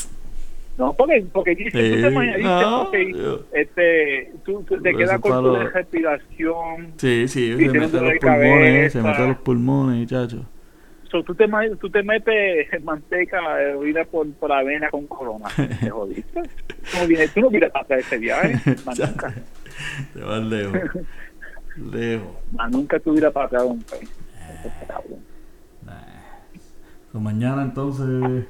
[SPEAKER 1] No, porque, porque dice, tú te
[SPEAKER 2] Sí,
[SPEAKER 1] imaginas, dice,
[SPEAKER 2] no,
[SPEAKER 1] ok,
[SPEAKER 2] yo-
[SPEAKER 1] este, tú, tú te
[SPEAKER 2] Pero
[SPEAKER 1] quedas
[SPEAKER 2] eso
[SPEAKER 1] con tu
[SPEAKER 2] está lo-
[SPEAKER 1] respiración.
[SPEAKER 2] Sí, sí,
[SPEAKER 1] tiene
[SPEAKER 2] se mete a
[SPEAKER 1] dolor
[SPEAKER 2] los
[SPEAKER 1] de
[SPEAKER 2] pulmones, eh, se mete
[SPEAKER 1] cabeza.
[SPEAKER 2] a los pulmones, chacho.
[SPEAKER 1] So, tú, te, ma- tú te metes manteca, heroína por, por la vena con corona. Te jodiste. Tú no vienes- tú no quieres pasar ese viaje. Más nunca,
[SPEAKER 2] Te vas lejos. Lejos.
[SPEAKER 1] más nunca tú hubieras pasado un país. Eso está cabrón.
[SPEAKER 2] Nah. So, Pues mañana entonces.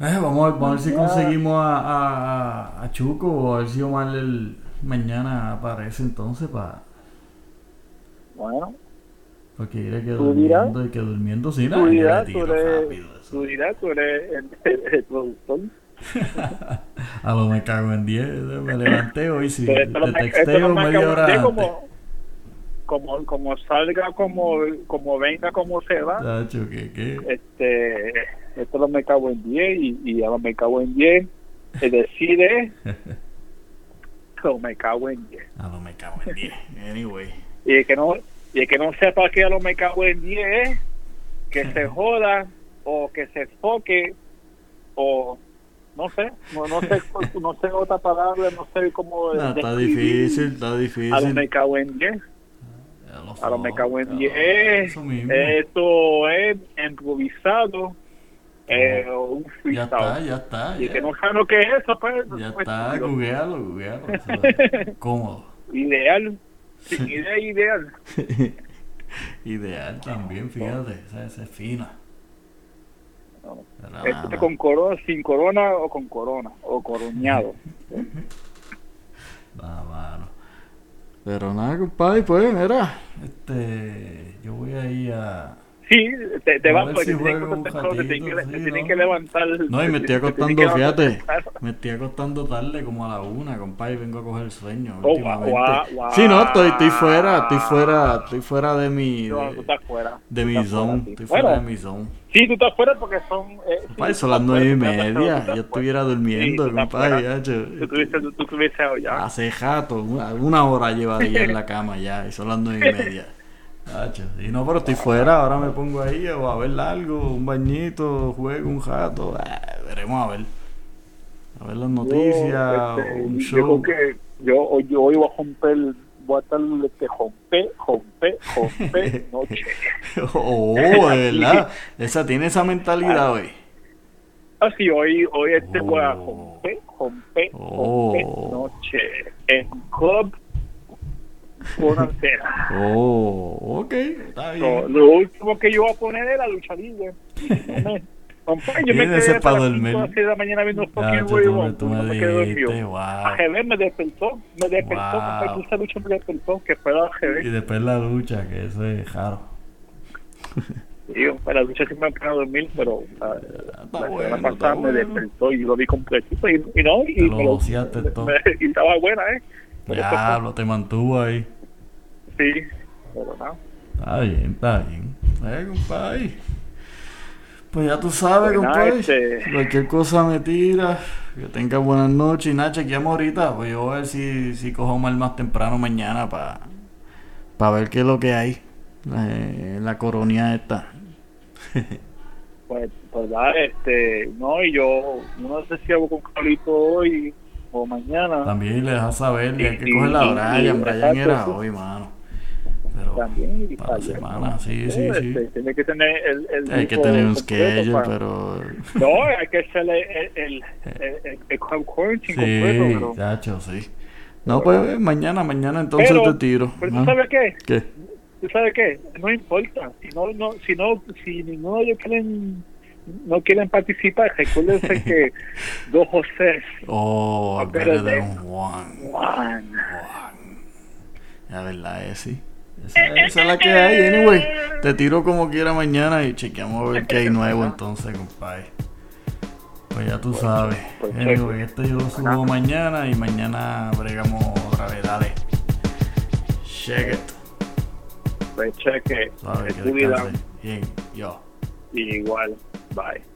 [SPEAKER 2] Eh, vamos, a, vamos a ver si
[SPEAKER 1] Mañana.
[SPEAKER 2] conseguimos a, a, a- a Chuco o a ver si Omar el, mañana aparece entonces para.
[SPEAKER 1] Bueno,
[SPEAKER 2] Porque diré que
[SPEAKER 1] Tú dirás.
[SPEAKER 2] durmiendo y que durmiendo sí,
[SPEAKER 1] tú
[SPEAKER 2] nah, yo
[SPEAKER 1] dirás,
[SPEAKER 2] le
[SPEAKER 1] tú
[SPEAKER 2] tiro
[SPEAKER 1] eres,
[SPEAKER 2] rápido, eso.
[SPEAKER 1] tú dirás, tú eres el, el- el productor.
[SPEAKER 2] A lo me cago en 10, me levanté hoy si
[SPEAKER 1] Pero
[SPEAKER 2] te
[SPEAKER 1] esto lo ma- esto
[SPEAKER 2] texteo
[SPEAKER 1] lo marca
[SPEAKER 2] media hora
[SPEAKER 1] usted
[SPEAKER 2] antes.
[SPEAKER 1] como, como, como salga, como, como venga, como se va.
[SPEAKER 2] Tacho, ¿qué, qué?
[SPEAKER 1] Este, esto lo me cago en 10 y, y a lo me cago en 10. Se decide, lo me cago en 10.
[SPEAKER 2] A lo me cago en 10, anyway.
[SPEAKER 1] Y el que no, y el que no sepa que a lo me cago en 10 es que se joda o que se foque o no sé, no, no sé, no sé otra palabra, no sé cómo.
[SPEAKER 2] No, Ah, está
[SPEAKER 1] describir
[SPEAKER 2] difícil, está
[SPEAKER 1] Pues A lo me
[SPEAKER 2] difícil.
[SPEAKER 1] cago en 10. A lo me cago en Eh, 10.
[SPEAKER 2] Eso mismo.
[SPEAKER 1] Esto es improvisado. Eh, un
[SPEAKER 2] Ya está,
[SPEAKER 1] freestyle.
[SPEAKER 2] ya está.
[SPEAKER 1] Y el
[SPEAKER 2] Ya,
[SPEAKER 1] que no sabe lo que es eso, pues.
[SPEAKER 2] ya
[SPEAKER 1] pues,
[SPEAKER 2] está,
[SPEAKER 1] lo-
[SPEAKER 2] googlealo, googlealo. eso es Cómodo.
[SPEAKER 1] Ideal. Sin idea, ideal.
[SPEAKER 2] Ideal también, fíjate, esa, esa es fina.
[SPEAKER 1] No.
[SPEAKER 2] Pero nada
[SPEAKER 1] Este
[SPEAKER 2] más.
[SPEAKER 1] con corona, sin corona o con corona, o coroñado.
[SPEAKER 2] Nada, mano. Pero nada, compadre, pues, mira. Este, yo voy a ir a...
[SPEAKER 1] Sí, te, pues, te
[SPEAKER 2] A
[SPEAKER 1] vas
[SPEAKER 2] ver
[SPEAKER 1] porque
[SPEAKER 2] si
[SPEAKER 1] te tienen
[SPEAKER 2] juega
[SPEAKER 1] que
[SPEAKER 2] un
[SPEAKER 1] acostar te tienen que-
[SPEAKER 2] ratito,
[SPEAKER 1] te
[SPEAKER 2] sí,
[SPEAKER 1] tienen
[SPEAKER 2] ¿no?
[SPEAKER 1] que levantar.
[SPEAKER 2] No, y me estoy
[SPEAKER 1] te tienen
[SPEAKER 2] acostando,
[SPEAKER 1] que levantar.
[SPEAKER 2] fíjate. Me estoy acostando tarde, como a la una, compadre, y vengo a coger sueño
[SPEAKER 1] Oh,
[SPEAKER 2] últimamente.
[SPEAKER 1] guau, guau,
[SPEAKER 2] Sí, no, estoy, estoy fuera, estoy fuera, estoy fuera de mi...
[SPEAKER 1] No,
[SPEAKER 2] de-
[SPEAKER 1] tú estás fuera.
[SPEAKER 2] De
[SPEAKER 1] Tú
[SPEAKER 2] mi
[SPEAKER 1] estás fuera,
[SPEAKER 2] zone,
[SPEAKER 1] sí.
[SPEAKER 2] estoy fuera de
[SPEAKER 1] Bueno,
[SPEAKER 2] mi zone.
[SPEAKER 1] Sí, tú estás fuera porque son. eh, sí,
[SPEAKER 2] Compadre,
[SPEAKER 1] tú
[SPEAKER 2] son las
[SPEAKER 1] estás
[SPEAKER 2] nueve y
[SPEAKER 1] fuera, tú estás fuera, tú
[SPEAKER 2] media,
[SPEAKER 1] estás
[SPEAKER 2] yo
[SPEAKER 1] fuera.
[SPEAKER 2] estuviera
[SPEAKER 1] Sí, tú
[SPEAKER 2] durmiendo,
[SPEAKER 1] estás
[SPEAKER 2] compadre,
[SPEAKER 1] fuera.
[SPEAKER 2] ya,
[SPEAKER 1] Tú
[SPEAKER 2] yo-
[SPEAKER 1] tuviese, tú ¿ah? tuviese ya.
[SPEAKER 2] Hace jato, una, una hora llevaría en la cama ya, y son las nueve y media. Hacho, Y no, pero estoy fuera, ahora me pongo ahí o a ver algo, un bañito, juego un jato, ah, veremos a ver. A ver las noticias,
[SPEAKER 1] Yo,
[SPEAKER 2] o
[SPEAKER 1] este,
[SPEAKER 2] un
[SPEAKER 1] Yo
[SPEAKER 2] show.
[SPEAKER 1] creo que yo, yo hoy voy a romper, voy a estar este, rompe, rompe, rompe noche.
[SPEAKER 2] oh, de verdad, esa tiene esa mentalidad, güey.
[SPEAKER 1] Así Ah, hoy, hoy este
[SPEAKER 2] Oh.
[SPEAKER 1] voy a romper, romper, romper
[SPEAKER 2] Oh.
[SPEAKER 1] noche en Club Bonacera.
[SPEAKER 2] Oh, ok, está
[SPEAKER 1] So,
[SPEAKER 2] bien.
[SPEAKER 1] lo último que yo voy a poner era lucha libre. No me- Compadre, yo me
[SPEAKER 2] Tienes
[SPEAKER 1] quedé
[SPEAKER 2] ese
[SPEAKER 1] hasta
[SPEAKER 2] pa'
[SPEAKER 1] las
[SPEAKER 2] dormir.
[SPEAKER 1] cinco o seis de la mañana viendo
[SPEAKER 2] Hacho,
[SPEAKER 1] fucking
[SPEAKER 2] tú me-
[SPEAKER 1] Rainbow.
[SPEAKER 2] tú
[SPEAKER 1] No
[SPEAKER 2] me
[SPEAKER 1] me quedé
[SPEAKER 2] dijiste,
[SPEAKER 1] dormido.
[SPEAKER 2] wow.
[SPEAKER 1] AGB me despertó, me despertó,
[SPEAKER 2] Wow.
[SPEAKER 1] compadre, esa lucha me despertó, que fue la AGB.
[SPEAKER 2] Y después la lucha, que eso es jaro.
[SPEAKER 1] Digo, para la lucha sí me han a dormir, pero ah,
[SPEAKER 2] Está
[SPEAKER 1] la
[SPEAKER 2] bueno,
[SPEAKER 1] semana
[SPEAKER 2] está
[SPEAKER 1] pasada me
[SPEAKER 2] bueno.
[SPEAKER 1] despertó y lo vi completito y, y no, y,
[SPEAKER 2] Te lo
[SPEAKER 1] me lo-
[SPEAKER 2] vaciaste
[SPEAKER 1] me-
[SPEAKER 2] todo.
[SPEAKER 1] me- y estaba buena, ¿eh? Pero eso
[SPEAKER 2] Ya, lo te mantuvo ahí.
[SPEAKER 1] fue- sí, pero no.
[SPEAKER 2] Está bien, está bien. Eh, compadre. Pues ya tú sabes,
[SPEAKER 1] Pues nada,
[SPEAKER 2] compadre.
[SPEAKER 1] este-
[SPEAKER 2] Cualquier cosa me tira. Que tengas buenas noches. Y nada, chequeamos ahorita. Pues yo voy a ver si, si cojo mal más temprano mañana para ver qué es lo que hay. Eh, la coronia esta.
[SPEAKER 1] Pues, pues ya, este, no, y yo no sé si hago con Carlito hoy o mañana.
[SPEAKER 2] También le dejas saber. Y hay que
[SPEAKER 1] Y-
[SPEAKER 2] coger
[SPEAKER 1] y-
[SPEAKER 2] la
[SPEAKER 1] y-
[SPEAKER 2] Brian.
[SPEAKER 1] y-
[SPEAKER 2] Brian era
[SPEAKER 1] exacto, sí.
[SPEAKER 2] hoy, mano. Pero
[SPEAKER 1] También, y
[SPEAKER 2] para la
[SPEAKER 1] ayer,
[SPEAKER 2] semana,
[SPEAKER 1] ¿no?
[SPEAKER 2] sí, sí, sí.
[SPEAKER 1] Este, tiene que tener el, el
[SPEAKER 2] Hay que
[SPEAKER 1] grupo
[SPEAKER 2] tener un
[SPEAKER 1] completo
[SPEAKER 2] schedule,
[SPEAKER 1] para-
[SPEAKER 2] pero...
[SPEAKER 1] No, hay que hacer el, el, el, el, el, el quarantine completo,
[SPEAKER 2] Sí,
[SPEAKER 1] pero...
[SPEAKER 2] chacho, sí. No, pues eh, mañana, mañana entonces
[SPEAKER 1] Pero-
[SPEAKER 2] te tiro.
[SPEAKER 1] Pero
[SPEAKER 2] ¿ah?
[SPEAKER 1] ¿tú sabes qué?
[SPEAKER 2] ¿Qué?
[SPEAKER 1] ¿Tú sabes qué? No importa. Si no, no, si no, si ninguno de ellos quieren, no quieren participar, recuérdense que dos José
[SPEAKER 2] Oh,
[SPEAKER 1] Ah,
[SPEAKER 2] Alberto
[SPEAKER 1] espérate.
[SPEAKER 2] de un Juan.
[SPEAKER 1] Juan.
[SPEAKER 2] La verdad es, sí. Esa, esa es la que hay, anyway. Te tiro como quiera mañana y chequeamos a ver qué hay nuevo entonces, compadre. Pues ya tú sabes.
[SPEAKER 1] pues,
[SPEAKER 2] Anyway, este yo lo subo mañana y mañana bregamos otra vez, dale. Check it.
[SPEAKER 1] Pues cheque,
[SPEAKER 2] Suave, que
[SPEAKER 1] Pues, tu vida
[SPEAKER 2] descanse. Bien, yo.
[SPEAKER 1] igual. Bye.